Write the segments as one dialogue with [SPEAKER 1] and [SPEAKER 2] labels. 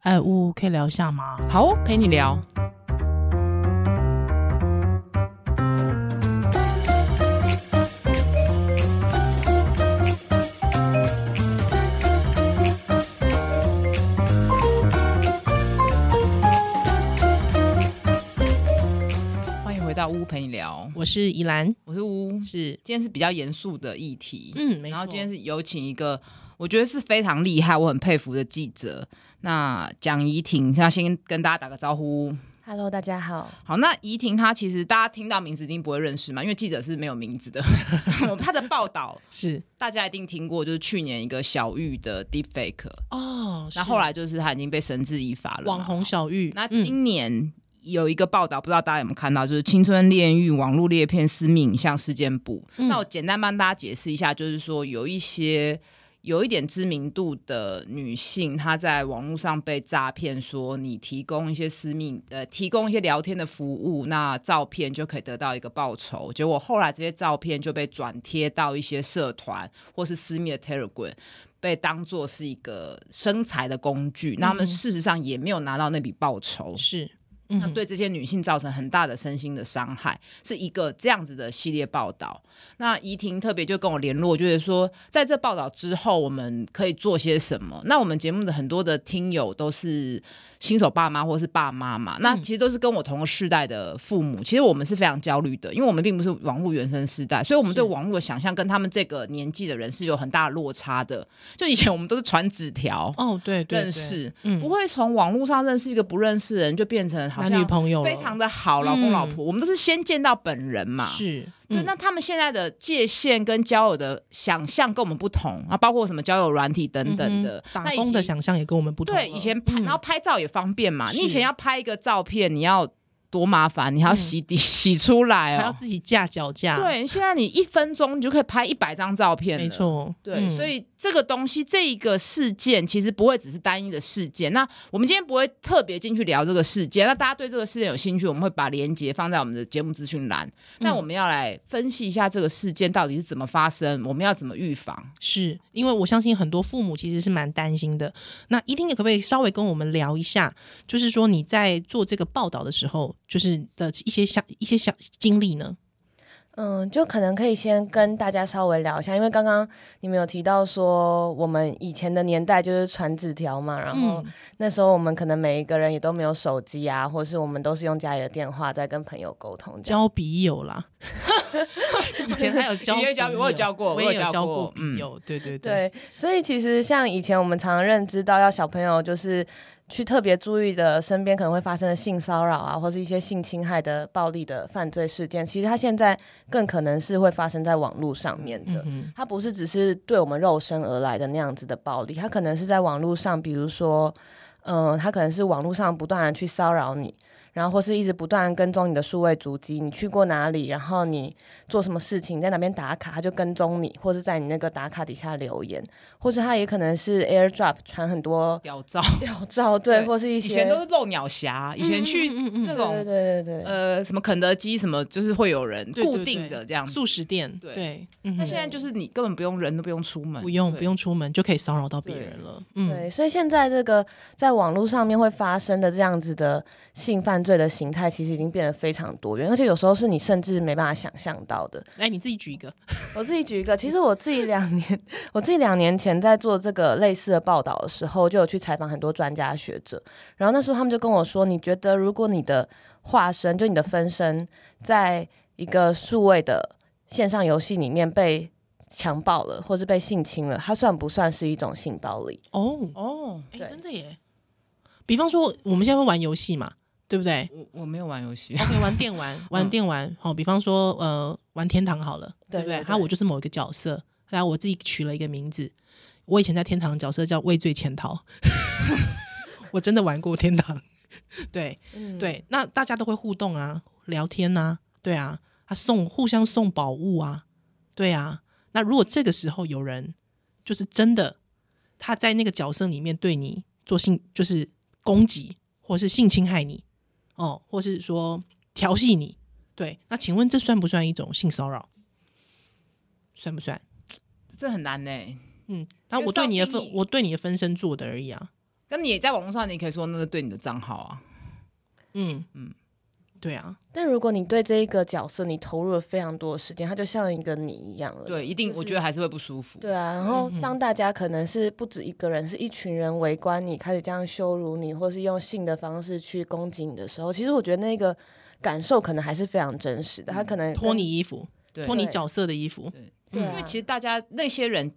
[SPEAKER 1] 哎，呜，可以聊一下吗？
[SPEAKER 2] 好哦，陪你聊。欢迎回到屋陪你聊，
[SPEAKER 1] 我是宜兰，
[SPEAKER 2] 我是屋。
[SPEAKER 1] 是，
[SPEAKER 2] 今天是比较严肃的议题，
[SPEAKER 1] 嗯，没错。
[SPEAKER 2] 然后今天是有请一个我觉得是非常厉害，我很佩服的记者。那蒋怡婷，她先跟大家打个招呼。
[SPEAKER 3] Hello，大家好。
[SPEAKER 2] 好，那怡婷她其实大家听到名字一定不会认识嘛，因为记者是没有名 字的。我她的报道
[SPEAKER 1] 是
[SPEAKER 2] 大家一定听过，就是去年一个小玉的 Deepfake，
[SPEAKER 1] 哦，是
[SPEAKER 2] 那后来就是她已经被绳之以法了嘛。
[SPEAKER 1] 网红小玉，
[SPEAKER 2] 那
[SPEAKER 1] 嗯
[SPEAKER 2] 今年有一个报道，不知道大家有没有看到，就是青春炼狱网络裂片私密影像事件簿。
[SPEAKER 1] 嗯
[SPEAKER 2] 那我简单帮大家解释一下，就是说有一些。有一点知名度的女性，她在网络上被诈骗，说你提供一些私密，呃，提供一些聊天的服务，那照片就可以得到一个报酬。结果后来这些照片就被转贴到一些社团或是私密的 Telegram，被当做是一个生财的工具，那他们事实上也没有拿到那笔报酬。
[SPEAKER 1] 是，嗯
[SPEAKER 2] 那
[SPEAKER 1] 哼，
[SPEAKER 2] 对这些女性造成很大的身心的伤害，是一个这样子的系列报道。那怡婷特别就跟我联络，就是说在这报道之后，我们可以做些什么？那我们节目的很多的听友都是新手爸妈或是爸妈嘛，那
[SPEAKER 1] 嗯
[SPEAKER 2] 其实都是跟我同个世代的父母。其实我们是非常焦虑的，因为我们并不是网络原生世代，所以我们对网络的想象跟他们这个年纪的人是有很大的落差的。就以前我们都是传纸条。
[SPEAKER 1] 哦，对对，对
[SPEAKER 2] 认，识，
[SPEAKER 1] 嗯
[SPEAKER 2] 不会从网络上认识一个不认识的人就变成好
[SPEAKER 1] 男
[SPEAKER 2] 像
[SPEAKER 1] 女朋友了
[SPEAKER 2] 非常的好，老
[SPEAKER 1] 嗯
[SPEAKER 2] 公老婆，我们都是先见到本人嘛。
[SPEAKER 1] 是，
[SPEAKER 2] 对，
[SPEAKER 1] 嗯
[SPEAKER 2] 那他们现在的界限跟交友的想象跟我们不同啊，包括什么交友软体等等的
[SPEAKER 1] 嗯，哼打
[SPEAKER 2] 那以
[SPEAKER 1] 工
[SPEAKER 2] 前
[SPEAKER 1] 的想象也跟我们不同了，
[SPEAKER 2] 对，以前拍，
[SPEAKER 1] 嗯
[SPEAKER 2] 然后拍照也方便嘛。
[SPEAKER 1] 是
[SPEAKER 2] 你以前要拍一个照片，你要多麻烦，你还要
[SPEAKER 1] 嗯
[SPEAKER 2] 洗底、洗出来
[SPEAKER 1] 还要啊
[SPEAKER 2] 哦。
[SPEAKER 1] 自己架脚架，，
[SPEAKER 2] 对，现在你一分钟你就可以拍一百张照片，
[SPEAKER 1] 没。错，
[SPEAKER 2] 对，
[SPEAKER 1] 嗯
[SPEAKER 2] 所以这个东西，这一个事件其实不会只是单一的事件。那我们今天不会特别进去聊这个事件，那大家对这个事件有兴趣，我们会把链接放在我们的节目资讯
[SPEAKER 1] 嗯
[SPEAKER 2] 栏。那我们要来分析一下这个事件到底是怎么发生，我们要怎么预防？
[SPEAKER 1] 是因为我相信很多父母其实是蛮担心的。那一定也可不可以稍微跟我们聊一下，就是说你在做这个报道的时候，就是的一些小一些小经历呢？
[SPEAKER 3] 嗯，就可能可以先跟大家稍微聊一下，因为刚刚你们有提到说我们以前的年代就是传纸条嘛，然后
[SPEAKER 1] 嗯
[SPEAKER 3] 那时候我们可能每一个人也都没有手机啊，或是我们都是用家里的电话在跟朋友沟通这样。
[SPEAKER 1] 交笔友啦， 以前 还有交
[SPEAKER 2] 也有
[SPEAKER 1] 笔
[SPEAKER 2] 交
[SPEAKER 1] 友，
[SPEAKER 2] 我有交过
[SPEAKER 1] 我
[SPEAKER 2] 我
[SPEAKER 1] 也
[SPEAKER 2] 有
[SPEAKER 1] 有
[SPEAKER 2] 交
[SPEAKER 1] 交
[SPEAKER 2] 过
[SPEAKER 1] 过
[SPEAKER 2] 嗯
[SPEAKER 1] 笔友，对对对，
[SPEAKER 3] 对，所以其实像以前我们常认知到要小朋友就是去特别注意的身边可能会发生的性骚扰啊，或是一些性侵害的暴力的犯罪事件，其实它现在更可能是会发生在网络上面的。
[SPEAKER 1] 嗯
[SPEAKER 3] 它不是只是对我们肉身而来的那样子的暴力，它可能是在网络上，比如说，嗯、呃，它可能是网络上不断的去骚扰你，然后或是一直不断地跟踪你的数位足迹，你去过哪里，然后你做什么事情，在哪边打卡，它就跟踪你，或是在你那个打卡底下留言，或是它也可能是 AirDrop 传很多
[SPEAKER 2] 屌照，
[SPEAKER 3] 屌照，对，
[SPEAKER 2] 对
[SPEAKER 3] 或是一
[SPEAKER 2] 以
[SPEAKER 3] 些
[SPEAKER 2] 前都是露鸟侠，以前去
[SPEAKER 1] 嗯嗯
[SPEAKER 2] 那
[SPEAKER 3] 对对
[SPEAKER 2] 种
[SPEAKER 3] 对对对。
[SPEAKER 2] 呃什么肯德基什么，就是会有人
[SPEAKER 1] 对对
[SPEAKER 2] 固定的这样子。
[SPEAKER 1] 素食店，
[SPEAKER 2] 对
[SPEAKER 1] 对，嗯
[SPEAKER 2] 那
[SPEAKER 1] 哼
[SPEAKER 2] 现在就是你根本不用人都不用出门，
[SPEAKER 1] 不用
[SPEAKER 2] 对
[SPEAKER 1] 不。用出门就可以骚扰到别人了，嗯，
[SPEAKER 3] 对，所以现在这个在网络上面会发生的这样子的性犯罪的形态，其实已经变得非常多元，而且有时候是你甚至没办法想象到的。
[SPEAKER 1] 来你自己举一个，
[SPEAKER 3] 我自己举一个，其实我自己两年， 我自己两年前在做这个类似的报道的时候，就有去采访很多专家学者，然后那时候他们就跟我说，你觉得如果你的化身，就你的分身，在一个数位的线上游戏里面被强暴了，或是被性侵了，它算不算是一种性暴力？
[SPEAKER 1] 哦，
[SPEAKER 2] 哦，
[SPEAKER 1] 哎，
[SPEAKER 3] 对
[SPEAKER 1] 真的耶，比方说我们现在会玩游戏嘛，对不 对？
[SPEAKER 2] 我我没有玩游戏，
[SPEAKER 1] OK，玩电玩，玩电玩，好、比方说呃，玩天堂好了，
[SPEAKER 3] 对
[SPEAKER 1] 不对？
[SPEAKER 3] 对
[SPEAKER 1] 然
[SPEAKER 3] 对
[SPEAKER 1] 后我就是某一个角色，然后我自己取了一个名字。我以前在天堂的角色叫畏罪潜逃， 我真的玩过天堂。 对
[SPEAKER 3] 嗯，
[SPEAKER 1] 对，那大家都会互动啊，聊天啊，对啊，啊送互相送宝物啊，对啊。那如果这个时候有人就是真的他在那个角色里面对你做性就是攻击，或是性侵害你，哦，或是说调戏你，对，那请问这算不算一种性骚扰？算不算？
[SPEAKER 2] 这很难呢、
[SPEAKER 1] 嗯，那
[SPEAKER 2] 因为
[SPEAKER 1] 我对你的
[SPEAKER 2] 照定
[SPEAKER 1] 分
[SPEAKER 2] 义，
[SPEAKER 1] 我对你的分身做的而已啊。
[SPEAKER 2] 跟你在网络上，你可以说那是对你的账号啊。
[SPEAKER 1] 嗯嗯
[SPEAKER 2] 嗯，
[SPEAKER 1] 对啊，
[SPEAKER 3] 但如果你对这一个角色你投入了非常多的时间，它就像一个你一样了。
[SPEAKER 2] 对，一嗯定
[SPEAKER 3] 就是
[SPEAKER 2] 我觉得还是会不舒服。
[SPEAKER 3] 对啊，然后当大家可能是不止一个人，是一群人围观你，开始这样羞辱你，或是用性的方式去攻击你的时候，其实我觉得那个感受可能还是非常真实
[SPEAKER 2] 嗯
[SPEAKER 3] 的。他可能
[SPEAKER 1] 脱你衣服，
[SPEAKER 2] 对
[SPEAKER 1] 脱你角色的衣服，
[SPEAKER 3] 对啊，
[SPEAKER 2] 嗯因为其实大家那些人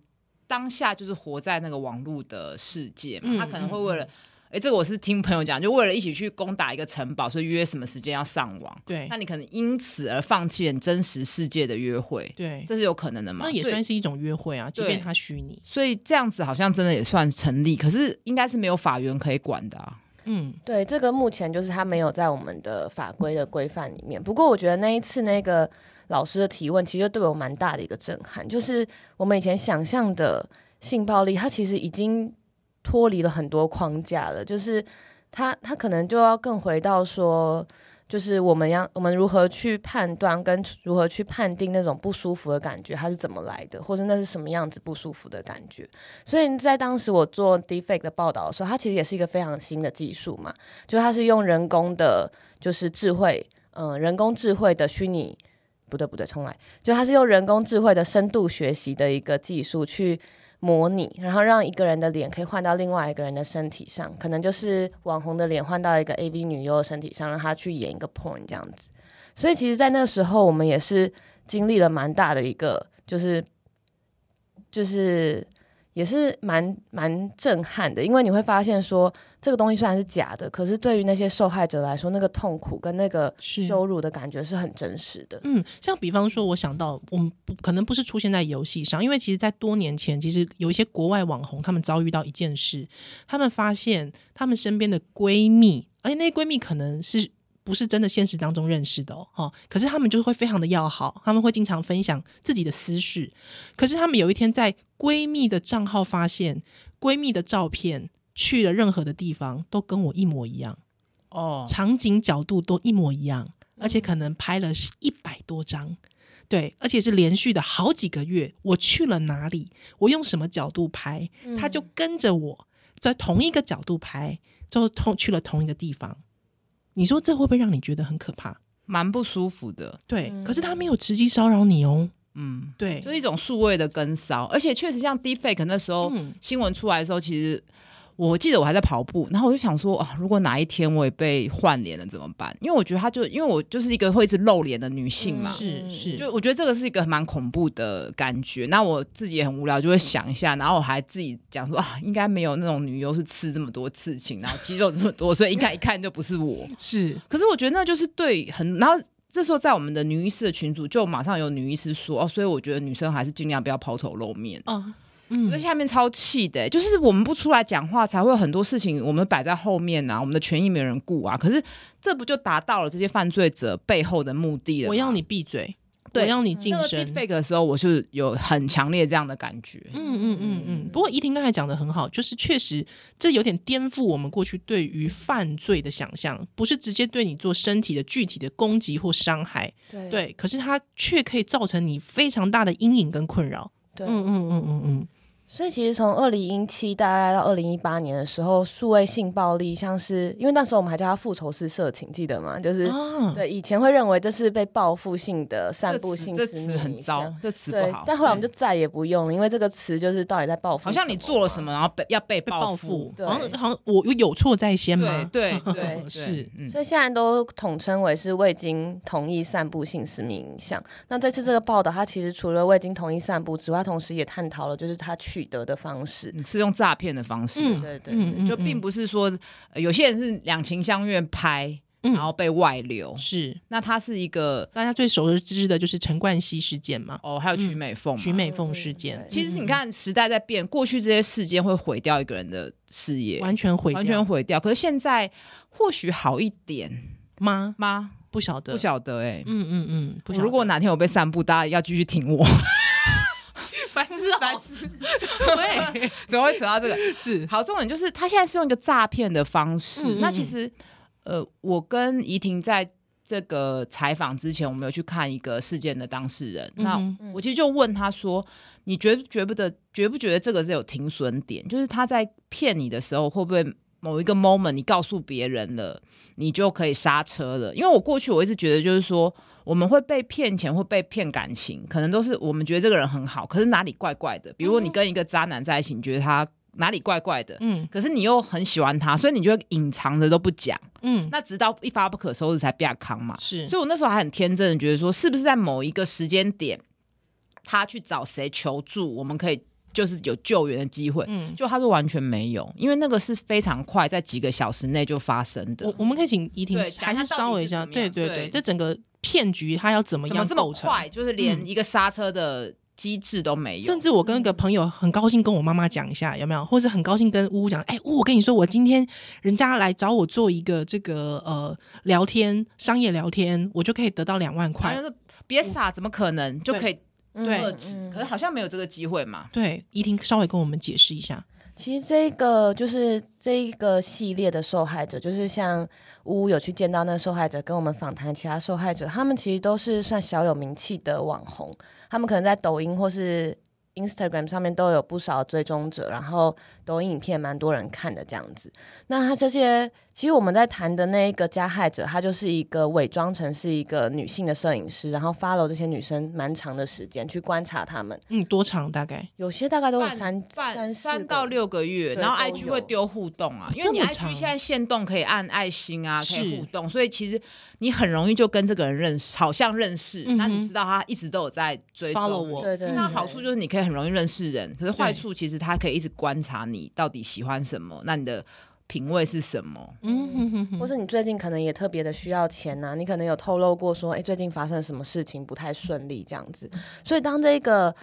[SPEAKER 2] 当下就是活在那个网络的世界嘛，
[SPEAKER 1] 嗯
[SPEAKER 2] 他可能会为了，哎、这个我是听朋友讲，就为了一起去攻打一个城堡，所以约什么时间要上网，
[SPEAKER 1] 对
[SPEAKER 2] 那你可能因此而放弃了真实世界的约会，
[SPEAKER 1] 对，
[SPEAKER 2] 这是有可能的嘛？
[SPEAKER 1] 那也
[SPEAKER 2] 所以
[SPEAKER 1] 算是一种约会啊，即
[SPEAKER 2] 对
[SPEAKER 1] 便它虚拟，
[SPEAKER 2] 所以这样子好像真的也算成立，可是应该是没有法源可以管的啊。
[SPEAKER 1] 嗯
[SPEAKER 3] 对，这个目前就是它没有在我们的法规的规范里面。不过我觉得那一次那个老师的提问，其实就对我蛮大的一个震撼，就是我们以前想象的性暴力，它其实已经脱离了很多框架了，就是它它可能就要更回到说。就是我们要我们如何去判断跟如何去判定那种不舒服的感觉它是怎么来的，或者那是什么样子不舒服的感觉。所以在当时我做 deepfake 的报道的时候，它其实也是一个非常新的技术嘛，就它是用人工的，就是智慧，嗯、人工智慧的虚拟，不对不对，重来，就它是用人工智慧的深度学习的一个技术去模拟，然后让一个人的脸可以换到另外一个人的身体上，可能就是网红的脸换到一个 AV 女优的身体上，让她去演一个 porn 这样子。所以其实，在那个时候，我们也是经历了蛮大的一个，就是就是也是蛮蛮震撼的，因为你会发现说，这个东西虽然是假的，可是对于那些受害者来说，那个痛苦跟那个
[SPEAKER 1] 是
[SPEAKER 3] 羞辱的感觉是很真实的。
[SPEAKER 1] 嗯，像比方说，我想到我们不可能不是出现在游戏上，因为其实，在多年前，其实有一些国外网红，他们遭遇到一件事，他们发现他们身边的闺蜜，而且那些闺蜜可能是。不是真的现实当中认识的哦，哦可是他们就会非常的要好，他们会经常分享自己的私事。可是他们有一天在闺蜜的账号发现，闺蜜的照片去了任何的地方都跟我一模一样，
[SPEAKER 2] 哦，
[SPEAKER 1] 场景角度都一模一样，而且可能拍了一百多张，对，而且是连续的好几个月。我去了哪里，我用什么角度拍，
[SPEAKER 2] 嗯
[SPEAKER 1] 他就跟着我在同一个角度拍，之后同去了同一个地方。你说这会不会让你觉得很可怕？
[SPEAKER 2] 蛮不舒服的，
[SPEAKER 1] 对，
[SPEAKER 3] 嗯
[SPEAKER 1] 可是他没有直接骚扰你哦，
[SPEAKER 2] 嗯。
[SPEAKER 1] 对，
[SPEAKER 2] 就是一种数位的跟骚，而且确实像 Deepfake 那时候、
[SPEAKER 1] 嗯
[SPEAKER 2] 新闻出来的时候，其实我记得我还在跑步，然后我就想说啊，如果哪一天我也被换脸了怎么办？因为我觉得他就因为我就是一个会一直露脸的女性嘛。
[SPEAKER 1] 是嗯是，
[SPEAKER 2] 嗯就我觉得这个是一个蛮恐怖的感觉，那我自己也很无聊，就会想一下，然后我还自己讲说啊，应该没有那种女优是刺这么多刺青，然后肌肉这么多，所以应该一看就不是我。
[SPEAKER 1] 是
[SPEAKER 2] 可是我觉得那就是对很，然后这时候在我们的女医师的群组就马上有女医师说哦，所以我觉得女生还是尽量不要抛头露面。
[SPEAKER 1] 啊，
[SPEAKER 2] 我在
[SPEAKER 1] 嗯，
[SPEAKER 2] 下面超气的、就是我们不出来讲话，才会有很多事情我们摆在后面啊，我们的权益没有人顾啊。可是这不就达到了这些犯罪者背后的目的了吗？
[SPEAKER 1] 我要你闭嘴，我
[SPEAKER 2] 对
[SPEAKER 1] 要你晋
[SPEAKER 2] 那个 d e
[SPEAKER 1] 升
[SPEAKER 2] f。a k 的时候，我是有很强烈这样的感觉。
[SPEAKER 1] 嗯嗯嗯嗯。不过怡婷刚才讲的很好，就是确实这有点颠覆我们过去对于犯罪的想象，不是直接对你做身体的具体的攻击或伤害，
[SPEAKER 3] 对
[SPEAKER 1] 对，可是它却可以造成你非常大的阴影跟困扰。
[SPEAKER 3] 对
[SPEAKER 1] 嗯嗯嗯嗯嗯，
[SPEAKER 3] 所以其实从二零一七大概到二零一八年的时候，数位性暴力像是因为那时候我们还叫它复仇式色情，记得吗？就是、
[SPEAKER 1] 啊，
[SPEAKER 3] 对以前会认为这是被报复性的散
[SPEAKER 2] 哦这
[SPEAKER 3] 布
[SPEAKER 2] 词
[SPEAKER 3] 性
[SPEAKER 2] 这
[SPEAKER 3] 私密
[SPEAKER 2] 词很
[SPEAKER 3] 影
[SPEAKER 2] 糟
[SPEAKER 3] 像，，
[SPEAKER 2] 这词
[SPEAKER 3] 对
[SPEAKER 2] 不好。
[SPEAKER 3] 但后来我们就再也不用了，因为这个词就是到底在报复，
[SPEAKER 2] 好像你做了什么，
[SPEAKER 3] 嘛。
[SPEAKER 2] 然后被要被
[SPEAKER 1] 被报
[SPEAKER 2] 复
[SPEAKER 1] 复，。
[SPEAKER 3] 对
[SPEAKER 1] 好像好像我有有错在先
[SPEAKER 2] 对
[SPEAKER 1] 嘛。
[SPEAKER 2] 对对 对，
[SPEAKER 1] 是
[SPEAKER 2] 嗯
[SPEAKER 3] 所以现在都统称为是未经同意散布性私密影像。那这次这个报道，它其实除了未经同意散布之外，它同时也探讨了就是它取得的方式。
[SPEAKER 2] 你是用诈骗的方式，
[SPEAKER 1] 嗯
[SPEAKER 3] 对对
[SPEAKER 1] 嗯嗯，
[SPEAKER 2] 就并不是说、呃有些人是两情相悦拍，
[SPEAKER 1] 嗯
[SPEAKER 2] 然后被外流，
[SPEAKER 1] 是
[SPEAKER 2] 那他是一个
[SPEAKER 1] 大家最熟知的就是陈冠希事件嘛，
[SPEAKER 2] 哦，还有曲美凤嘛。
[SPEAKER 1] 徐嗯美凤事
[SPEAKER 3] 嗯
[SPEAKER 1] 件，
[SPEAKER 2] 其实你看，时代在变，过去这些事件会毁掉一个人的事业，
[SPEAKER 1] 完全毁
[SPEAKER 2] 完
[SPEAKER 1] 掉
[SPEAKER 2] 全毁掉。可是现在或许好一点
[SPEAKER 1] 吗？
[SPEAKER 2] 吗？
[SPEAKER 1] 不晓得，
[SPEAKER 2] 不晓得哎、欸。
[SPEAKER 1] 嗯嗯嗯，不晓
[SPEAKER 2] 如
[SPEAKER 1] 得
[SPEAKER 2] 果哪天我被散步，大家要继续挺我。
[SPEAKER 1] 白痴白 痴，对，
[SPEAKER 2] 怎么会扯到这个？
[SPEAKER 1] 是
[SPEAKER 2] 好，重点就是他现在是用一个诈骗的方式。
[SPEAKER 1] 嗯嗯
[SPEAKER 2] 那其实，呃，我跟怡婷在这个采访之前，我们有去看一个事件的当事人。那
[SPEAKER 1] 嗯
[SPEAKER 2] 我其实就问他说：“你觉不觉不得觉不觉得这个是有停损点？就是他在骗你的时候，会不会某一个 moment 你告诉别人了，你就可以刹车了。因为我过去我一直觉得就是说。我们会被骗钱，会被骗感情，可能都是我们觉得这个人很好，可是哪里怪怪的。比如说你跟一个渣男在一起，你觉得他哪里怪怪的，
[SPEAKER 1] 嗯
[SPEAKER 2] 可是你又很喜欢他，所以你就会隐藏着都不讲。
[SPEAKER 1] 嗯，
[SPEAKER 2] 那直到一发不可收拾才变康嘛。
[SPEAKER 1] 是
[SPEAKER 2] 所以我那时候还很天真的觉得说，是不是在某一个时间点，他去找谁求助，我们可以就是有救援的机会。
[SPEAKER 1] 嗯，
[SPEAKER 2] 就他说完全没有，因为那个是非常快，在几个小时内就发生的
[SPEAKER 1] 我。我们可以请怡婷
[SPEAKER 2] 对讲
[SPEAKER 1] 还
[SPEAKER 2] 一下
[SPEAKER 1] 是稍微一下，
[SPEAKER 2] 到底是
[SPEAKER 1] 对对
[SPEAKER 2] 怎么样
[SPEAKER 1] 对，
[SPEAKER 2] 对
[SPEAKER 1] 这整个骗局它要怎么
[SPEAKER 2] 怎么
[SPEAKER 1] 样
[SPEAKER 2] 这么
[SPEAKER 1] 构成？
[SPEAKER 2] 快？就是连一个刹车的机制都没有。
[SPEAKER 1] 甚至我跟一个朋友很高兴跟我妈妈讲一下，有没有？或是很高兴跟呜呜讲，哎、呜，我跟你说，我今天人家来找我做一个这个呃聊天商业聊天，我就可以得到两万
[SPEAKER 2] 好
[SPEAKER 1] 块
[SPEAKER 2] 像。是别傻，怎么可能就可以
[SPEAKER 1] 对
[SPEAKER 3] 嗯
[SPEAKER 2] 遏制？可是好像没有这个机会嘛。
[SPEAKER 1] 对，怡婷稍微跟我们解释一下。
[SPEAKER 3] 其实这个就是这一个系列的受害者，就是像乌有去见到那个受害者，跟我们访谈其他受害者，他们其实都是算小有名气的网红，他们可能在抖音或是 Instagram 上面都有不少追踪者，然后抖音影片蛮多人看的这样子。那他这些，其实我们在谈的那一个加害者，他就是一个伪装成是一个女性的摄影师，然后 follow 这些女生蛮长的时间去观察她们，
[SPEAKER 1] 嗯，多长大概？
[SPEAKER 3] 有些大概都有
[SPEAKER 2] 半
[SPEAKER 3] 三
[SPEAKER 2] 半
[SPEAKER 3] 三四
[SPEAKER 2] 三
[SPEAKER 3] 个
[SPEAKER 2] 到六个月，
[SPEAKER 3] 对
[SPEAKER 2] 然后
[SPEAKER 3] 都
[SPEAKER 2] IG
[SPEAKER 3] 有
[SPEAKER 2] 会丢互动啊，因
[SPEAKER 1] 这
[SPEAKER 2] 为你
[SPEAKER 1] 么
[SPEAKER 2] IG
[SPEAKER 1] 长
[SPEAKER 2] 现在限动可以按爱心啊，可
[SPEAKER 1] 是
[SPEAKER 2] 以互动，所以其实你很容易就跟这个人认识，好像认识
[SPEAKER 1] 嗯哼，
[SPEAKER 2] 那你知道他一直都有在追踪
[SPEAKER 1] Follow 我
[SPEAKER 3] 对对
[SPEAKER 1] 嗯
[SPEAKER 3] 对，
[SPEAKER 2] 那好处就是你可以很容易认识人，可是坏处其实他可以一直观察你到底喜欢什么，那你的品味是什么。
[SPEAKER 1] 嗯哼哼哼
[SPEAKER 3] 或是你最近可能也特别的需要钱呐、你可能有透露过说，哎、最近发生什么事情不太顺利这样子。所以当这个，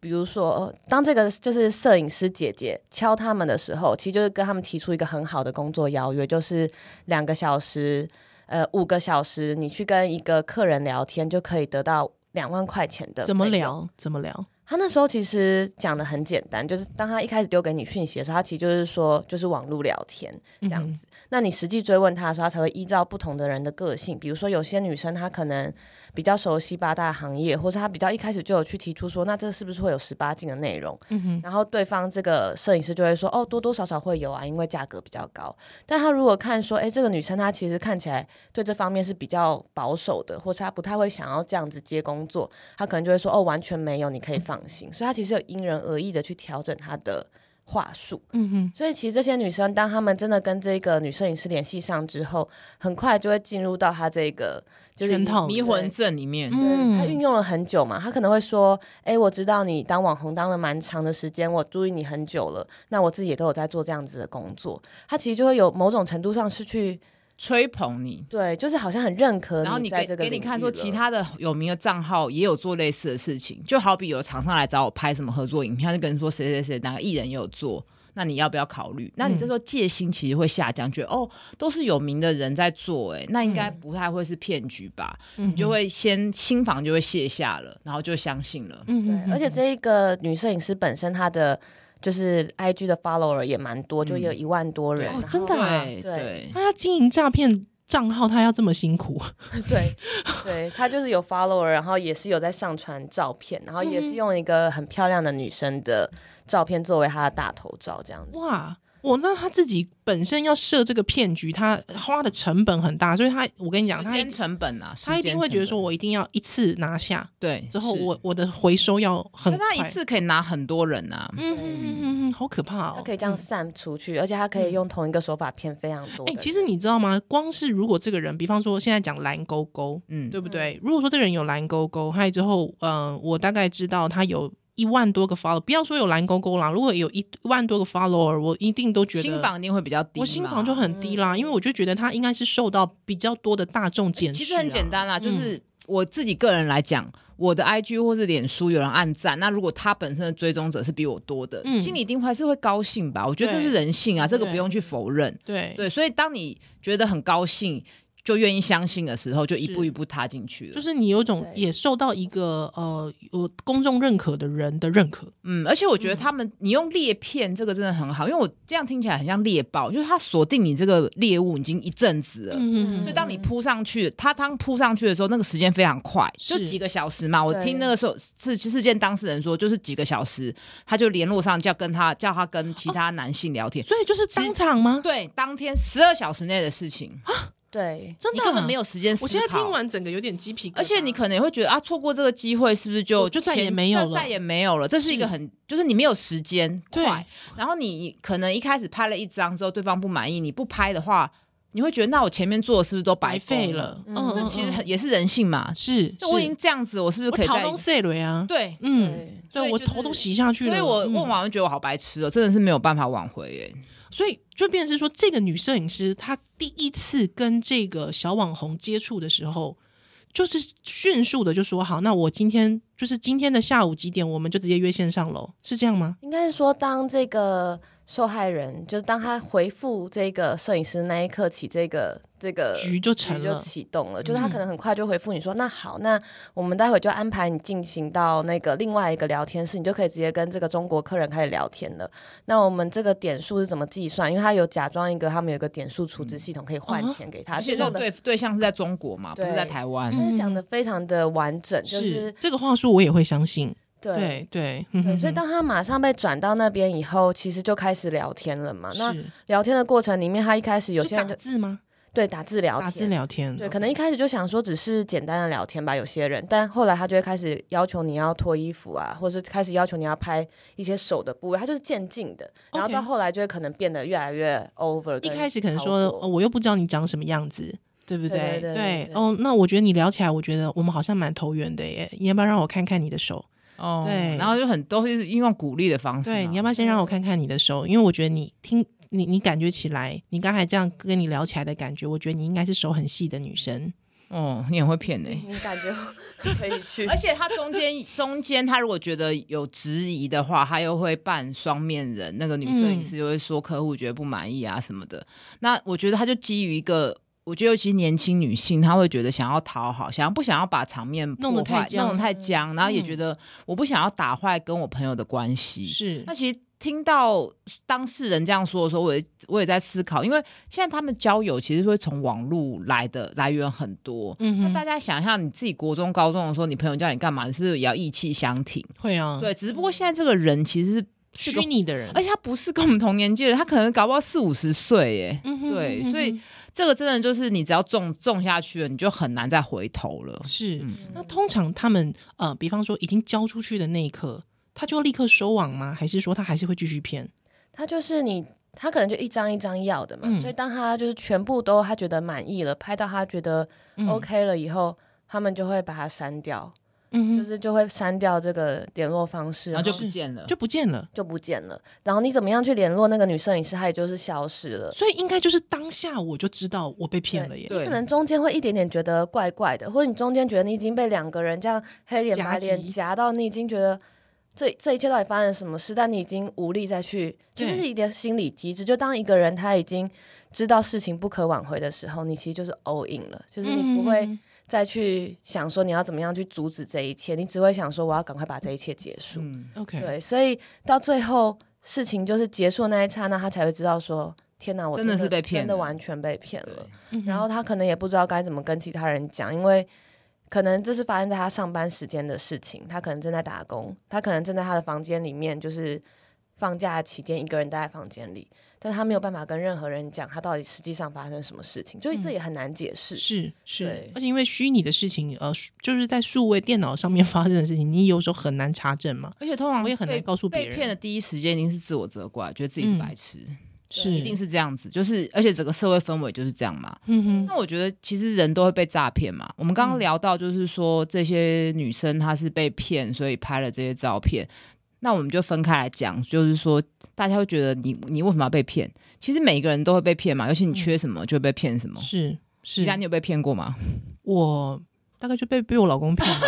[SPEAKER 3] 比如说，呃当这个就是摄影师姐姐敲他们的时候，其实就是跟他们提出一个很好的工作邀约，就是两个小时，呃，五个小时，你去跟一个客人聊天就可以得到两万块钱的。
[SPEAKER 1] 怎么？聊？怎么聊？
[SPEAKER 3] 他那时候其实讲的很简单，就是当他一开始丢给你讯息的时候，他其实就是说就是网络聊天
[SPEAKER 1] 嗯
[SPEAKER 3] 这样子。那你实际追问他的时候，他才会依照不同的人的个性，比如说有些女生她可能比较熟悉八大行业，或是她比较一开始就有去提出说，那这是不是会有十八禁的内容？
[SPEAKER 1] 嗯哼，
[SPEAKER 3] 然后对方这个摄影师就会说，哦，多多少少会有啊，因为价格比较高。但他如果看说，诶，这个女生她其实看起来对这方面是比较保守的，或是她不太会想要这样子接工作，他可能就会说，哦，完全没有，你可以放心。所以他其实有因人而异的去调整他的话术。
[SPEAKER 1] 嗯哼，
[SPEAKER 3] 所以其实这些女生，当她们真的跟这个女摄影师联系上之后，很快就会进入到她这个就是已
[SPEAKER 1] 圈
[SPEAKER 3] 经
[SPEAKER 1] 套
[SPEAKER 2] 迷魂阵里面，
[SPEAKER 3] 对，他
[SPEAKER 1] 哦嗯
[SPEAKER 3] 运用了很久嘛，他可能会说：“哎、我知道你当网红当了蛮长的时间，我注意你很久了。那我自己也都有在做这样子的工作。”他其实就会有某种程度上是去
[SPEAKER 2] 吹捧你。
[SPEAKER 3] 对，就是好像很认可
[SPEAKER 2] 然后你
[SPEAKER 3] 在
[SPEAKER 2] 给
[SPEAKER 3] 这个
[SPEAKER 2] 给你
[SPEAKER 3] 领
[SPEAKER 2] 看
[SPEAKER 3] 域
[SPEAKER 2] 说，
[SPEAKER 3] 了
[SPEAKER 2] 其他的有名的账号也有做类似的事情，就好比有厂商来找我拍什么合作影片，他就跟你说谁谁谁哪个艺人也有做，那你要不要考虑？那你
[SPEAKER 3] 嗯
[SPEAKER 2] 这时候戒心其实会下降，觉得哦都是有名的人在做、哎，那应该
[SPEAKER 3] 嗯
[SPEAKER 2] 不太会是骗局吧？你就会先心房就会卸下了，然后就相信了。
[SPEAKER 1] 嗯
[SPEAKER 3] 对，而且这一个女摄影师本身她的就是 IG 的 follower 也蛮多，就有一万多人，
[SPEAKER 2] 哦
[SPEAKER 3] 然后
[SPEAKER 1] 真的啊
[SPEAKER 2] 对
[SPEAKER 3] 对
[SPEAKER 2] 对，
[SPEAKER 1] 他经营诈骗账号，他要这么辛苦？
[SPEAKER 3] 对，对他就是有 follower，然后也是有在上传照片，然后也
[SPEAKER 1] 嗯
[SPEAKER 3] 是用一个很漂亮的女生的照片作为他的大头照，这样子。
[SPEAKER 1] 哇，我那他自己本身要设这个骗局，他花的成本很大，所以他我跟你讲，
[SPEAKER 2] 时
[SPEAKER 1] 他一
[SPEAKER 2] 间成本啊，
[SPEAKER 1] 他一
[SPEAKER 2] 时间
[SPEAKER 1] 定会觉得说
[SPEAKER 2] 成本
[SPEAKER 1] 我一定要一次拿下，
[SPEAKER 2] 对
[SPEAKER 1] 之后
[SPEAKER 2] 是
[SPEAKER 1] 我我的回收要很
[SPEAKER 2] 可他一
[SPEAKER 1] 快
[SPEAKER 2] 次可以拿很多人啊，
[SPEAKER 1] 嗯嗯嗯嗯嗯，好可怕
[SPEAKER 3] 他
[SPEAKER 1] 哦
[SPEAKER 3] 可！以这样散出去，而且他可以用同一个手法骗非常多的
[SPEAKER 1] 哎、
[SPEAKER 3] 人。
[SPEAKER 1] 其实你知道吗？光是如果这个人，比方说现在讲蓝勾勾，
[SPEAKER 2] 嗯，
[SPEAKER 1] 对不对？如果说这个人有蓝勾勾，还有之后，嗯、我大概知道他有一万多个 follow，不要说有蓝勾勾啦，如果有一万多个 follower，我一定都觉得
[SPEAKER 2] 新房一定会比较低嘛，嗯
[SPEAKER 1] 我心房就很低啦，因为我就觉得他应该是受到比较多的大众检视、啊
[SPEAKER 2] 其实很简，单啦，
[SPEAKER 1] 嗯
[SPEAKER 2] 就是我自己个人来讲，我的 IG 或是脸书有人按赞，那如果他本身的追踪者是比我多的，
[SPEAKER 1] 嗯
[SPEAKER 2] 心里一定还是会高兴吧。我觉得
[SPEAKER 1] 对
[SPEAKER 2] 这是人性啊，这个
[SPEAKER 1] 对
[SPEAKER 2] 不用去否认。
[SPEAKER 1] 对
[SPEAKER 2] 对，所以当你觉得很高兴。就愿意相信的时候，就一步
[SPEAKER 1] 是
[SPEAKER 2] 一步踏进去了。
[SPEAKER 1] 就是你有种
[SPEAKER 3] 对
[SPEAKER 1] 也受到一个呃有公众认可的人的认可，
[SPEAKER 2] 嗯，而且我觉得他们，你用猎骗这个真的很好，因为我这样听起来很像猎豹，就是他锁定你这个猎物已经一阵子了。
[SPEAKER 1] 嗯
[SPEAKER 2] 所以当你扑上去，他当扑上去的时候，那个时间非常快，就是几个小时嘛。我
[SPEAKER 3] 对
[SPEAKER 2] 听那个时候事事件当事人说，就是几个小时，他就联络上，叫跟他叫他跟其
[SPEAKER 1] 哦
[SPEAKER 2] 他男性聊天。
[SPEAKER 1] 所以就是当场吗？
[SPEAKER 2] 对，当天十二小时内的事情，
[SPEAKER 3] 对，
[SPEAKER 1] 真
[SPEAKER 2] 你
[SPEAKER 1] 的啊
[SPEAKER 2] 根本没。有时间思考。
[SPEAKER 1] 我现在听完整个有点鸡皮疙瘩，
[SPEAKER 2] 而且你可能也会觉得啊，错过这个机会是不是就
[SPEAKER 1] 我就再也
[SPEAKER 2] 前
[SPEAKER 1] 没有
[SPEAKER 2] 再
[SPEAKER 1] 了
[SPEAKER 2] 再也没有了？这是一个
[SPEAKER 1] 是
[SPEAKER 2] 很就是你没有时间
[SPEAKER 1] 对
[SPEAKER 2] 快，然后你可能一开始拍了一张之后，对方不满意，你不拍的话，你会觉得那我前面做的是不是都白
[SPEAKER 1] 白费
[SPEAKER 2] 费
[SPEAKER 1] 了，
[SPEAKER 3] 嗯
[SPEAKER 1] 嗯，
[SPEAKER 2] 这其实
[SPEAKER 1] 嗯
[SPEAKER 2] 很也是人性嘛
[SPEAKER 1] 嗯。是，
[SPEAKER 2] 那我已
[SPEAKER 1] 是
[SPEAKER 2] 经这样子，我是不是
[SPEAKER 1] 我
[SPEAKER 2] 可以
[SPEAKER 1] 逃
[SPEAKER 2] 再
[SPEAKER 1] 东塞雷啊，
[SPEAKER 2] 对？
[SPEAKER 1] 嗯，
[SPEAKER 3] 对
[SPEAKER 2] 所
[SPEAKER 1] 对
[SPEAKER 2] 以
[SPEAKER 1] 我
[SPEAKER 2] 就是
[SPEAKER 1] 头都洗下去了，
[SPEAKER 2] 所以我
[SPEAKER 1] 嗯
[SPEAKER 2] 问完，我觉得我好白痴哦，真的是没有办法挽回耶。
[SPEAKER 1] 所以就变成是说，这个女摄影师她第一次跟这个小网红接触的时候，就是迅速的就说好，那我今天就是今天的下午几点，我们就直接约线上喽，是这样吗？
[SPEAKER 3] 应该是说，当这个受害人，就是当他回复这个摄影师那一刻起，这个这个
[SPEAKER 1] 局就成
[SPEAKER 3] 局呃就
[SPEAKER 1] 了，嗯
[SPEAKER 3] 启动了，就是他可能很快就回复你说，那好，那我们待会就安排你进行到那个另外一个聊天室，你就可以直接跟这个中国客人开始聊天了。那我们这个点数是怎么计算？因为他有假装一个他们有一个点数储值系统可以换
[SPEAKER 1] 嗯
[SPEAKER 3] 钱给他，
[SPEAKER 2] 而且
[SPEAKER 3] 就
[SPEAKER 2] 那
[SPEAKER 3] 弄得
[SPEAKER 2] 对对象是在中国嘛，不是
[SPEAKER 3] 对
[SPEAKER 2] 在台湾。
[SPEAKER 1] 嗯
[SPEAKER 3] 他就讲的非常的完整，就是
[SPEAKER 1] 这个话术我也会相信，
[SPEAKER 3] 对。
[SPEAKER 1] 对对嗯
[SPEAKER 3] 对，
[SPEAKER 1] 对
[SPEAKER 3] 所以当他马上被转到那边以后，其实就开始聊天了嘛。那
[SPEAKER 1] 是
[SPEAKER 3] 聊天的过程里面，他一开始有些
[SPEAKER 1] 是
[SPEAKER 3] 人
[SPEAKER 1] 打
[SPEAKER 3] 就
[SPEAKER 1] 字吗？
[SPEAKER 3] 对打字聊天，
[SPEAKER 1] 打字聊天，哦
[SPEAKER 3] 对，可能一开始就想说只是简单的聊天吧，有些人，但后来他就会开始要求你要脱衣服啊，或者是开始要求你要拍一些手的部位，他就是渐进的，然后
[SPEAKER 1] OK
[SPEAKER 3] 到后来就会可能变得越来越 over
[SPEAKER 1] 一
[SPEAKER 3] 跟超过。
[SPEAKER 1] 开始可能说、哦，我又不知道你长什么样子，对不
[SPEAKER 3] 对对对对
[SPEAKER 1] 哦，那我觉得你聊起来，我觉得我们好像蛮投缘的耶，你要不要让我看看你的手？
[SPEAKER 2] 哦
[SPEAKER 1] 对
[SPEAKER 2] 然后就很都是用鼓励的 方式嘛。
[SPEAKER 1] 对，你要不要先让我看看你的手？因为我觉得你听你你感觉起来，你刚才这样跟你聊起来的感觉，我觉得你应该是手很细的女生。
[SPEAKER 2] 哦，你很会骗呢。
[SPEAKER 3] 你你感觉 可以去
[SPEAKER 2] 而，且他 中间中间，他如果觉得有质疑的话，他又会扮双面人。那个女摄
[SPEAKER 1] 嗯
[SPEAKER 2] 影师就会说客户觉得不满意啊什么的。那我觉得他就基于一个，我觉得尤其年轻女性，她会觉得想要讨好，想要不想要把场面
[SPEAKER 1] 弄得
[SPEAKER 2] 破坏
[SPEAKER 1] 太僵
[SPEAKER 2] 弄得太僵，然后也
[SPEAKER 1] 嗯
[SPEAKER 2] 觉得我不想要打坏跟我朋友的关系。
[SPEAKER 1] 是
[SPEAKER 2] 那其实听到当事人这样说的时候，我也我也在思考，因为现在他们交友其实会从网络来的来源很多。
[SPEAKER 1] 嗯
[SPEAKER 2] 那
[SPEAKER 1] 哼，
[SPEAKER 2] 大家想一下，你自己国中、高中的时候，你朋友叫你干嘛，你是不是也要意气相挺？
[SPEAKER 1] 会啊，，
[SPEAKER 2] 对，只不过现在这个人其实是是个
[SPEAKER 1] 虚，拟的人，
[SPEAKER 2] 而且他不是跟我们同年纪的人，他可能搞不好四五十岁耶。
[SPEAKER 1] 嗯哼
[SPEAKER 2] 对
[SPEAKER 1] 嗯哼
[SPEAKER 2] 所以
[SPEAKER 1] 嗯
[SPEAKER 2] 这个真的就是你只要种种下去了，你就很难再回头了
[SPEAKER 1] 哼。是。
[SPEAKER 2] 嗯
[SPEAKER 1] 那通常他们呃，比方说已经交出去的那一刻，他就立刻收网吗？还是说他还是会继续骗？
[SPEAKER 3] 他就是你。他可能就一张一张要的嘛，
[SPEAKER 1] 嗯
[SPEAKER 3] 所以当他就是全部都他觉得满意了，拍到他觉得
[SPEAKER 2] 嗯
[SPEAKER 3] OK 了以后，他们就会把它删掉，
[SPEAKER 1] 嗯
[SPEAKER 3] 就是就会删掉这个联络方式，
[SPEAKER 2] 然后就不
[SPEAKER 1] 是
[SPEAKER 2] 见了，
[SPEAKER 1] 就不见了。
[SPEAKER 3] 就不见了。然后你怎么样去联络那个女摄影师，她也就是消失了。
[SPEAKER 1] 所以应该就是当下我就知道我被骗了耶。
[SPEAKER 2] 对
[SPEAKER 3] 你可能中间会一点点觉得怪怪的，或者你中间觉得你已经被两个人这样黑脸
[SPEAKER 1] 夹
[SPEAKER 3] 白脸
[SPEAKER 1] 击
[SPEAKER 3] 夹到，你已经觉得这这一切到底发生了什么事，但你已经无力再去，其实
[SPEAKER 1] 对
[SPEAKER 3] 是一点心理机制。就当一个人他已经知道事情不可挽回的时候，你其实就是 all in 了，就是你不会
[SPEAKER 1] 嗯
[SPEAKER 3] 再去想说你要怎么样去阻止这一切，你只会想说我要赶快把这一切结束。
[SPEAKER 2] 嗯，
[SPEAKER 1] OK，
[SPEAKER 3] 对，所以到最后事情就是结束的那一刹那，他才会知道说：“天哪，我
[SPEAKER 2] 真
[SPEAKER 3] 真
[SPEAKER 2] 的是被骗
[SPEAKER 3] 真的
[SPEAKER 2] 了
[SPEAKER 3] 完全被骗了。
[SPEAKER 1] 嗯哼
[SPEAKER 3] 然后他可能也不知道该怎么跟其他人讲，因为可能这是发生在他上班时间的事情，他可能正在打工，他可能正在他的房间里面，就是放假期间一个人待在房间里，但他没有办法跟任何人讲他到底实际上发生什么事情，所
[SPEAKER 2] 嗯
[SPEAKER 3] 以这也很难解释。
[SPEAKER 1] 是是
[SPEAKER 3] 对，
[SPEAKER 1] 而且因为虚拟的事情，呃，就是在数位电脑上面 发生的事情，你有时候很难查证嘛。
[SPEAKER 2] 而且通常
[SPEAKER 1] 我也很难
[SPEAKER 2] 嗯被
[SPEAKER 1] 告诉别
[SPEAKER 2] 被
[SPEAKER 1] 人
[SPEAKER 2] 骗的第一时间一定是自我责怪，觉得自己是
[SPEAKER 1] 嗯
[SPEAKER 2] 白痴，
[SPEAKER 1] 是，
[SPEAKER 2] 一定，是这样子。就是而且整个社会氛围就是这样嘛。
[SPEAKER 1] 嗯哼，
[SPEAKER 2] 那我觉得其实人都会被诈骗嘛。我们刚
[SPEAKER 1] 嗯
[SPEAKER 2] 刚聊到，就是说这些女生她是被骗，所以拍了这些照片。那我们就分开来讲，就是说大家会觉得你你为什么要被骗？其实每一个人都会被骗嘛，尤其你缺什么就会被骗什么。
[SPEAKER 1] 嗯是
[SPEAKER 2] 依然
[SPEAKER 1] 是，
[SPEAKER 2] 你有被骗过吗？
[SPEAKER 1] 我大概就被被我老公骗了。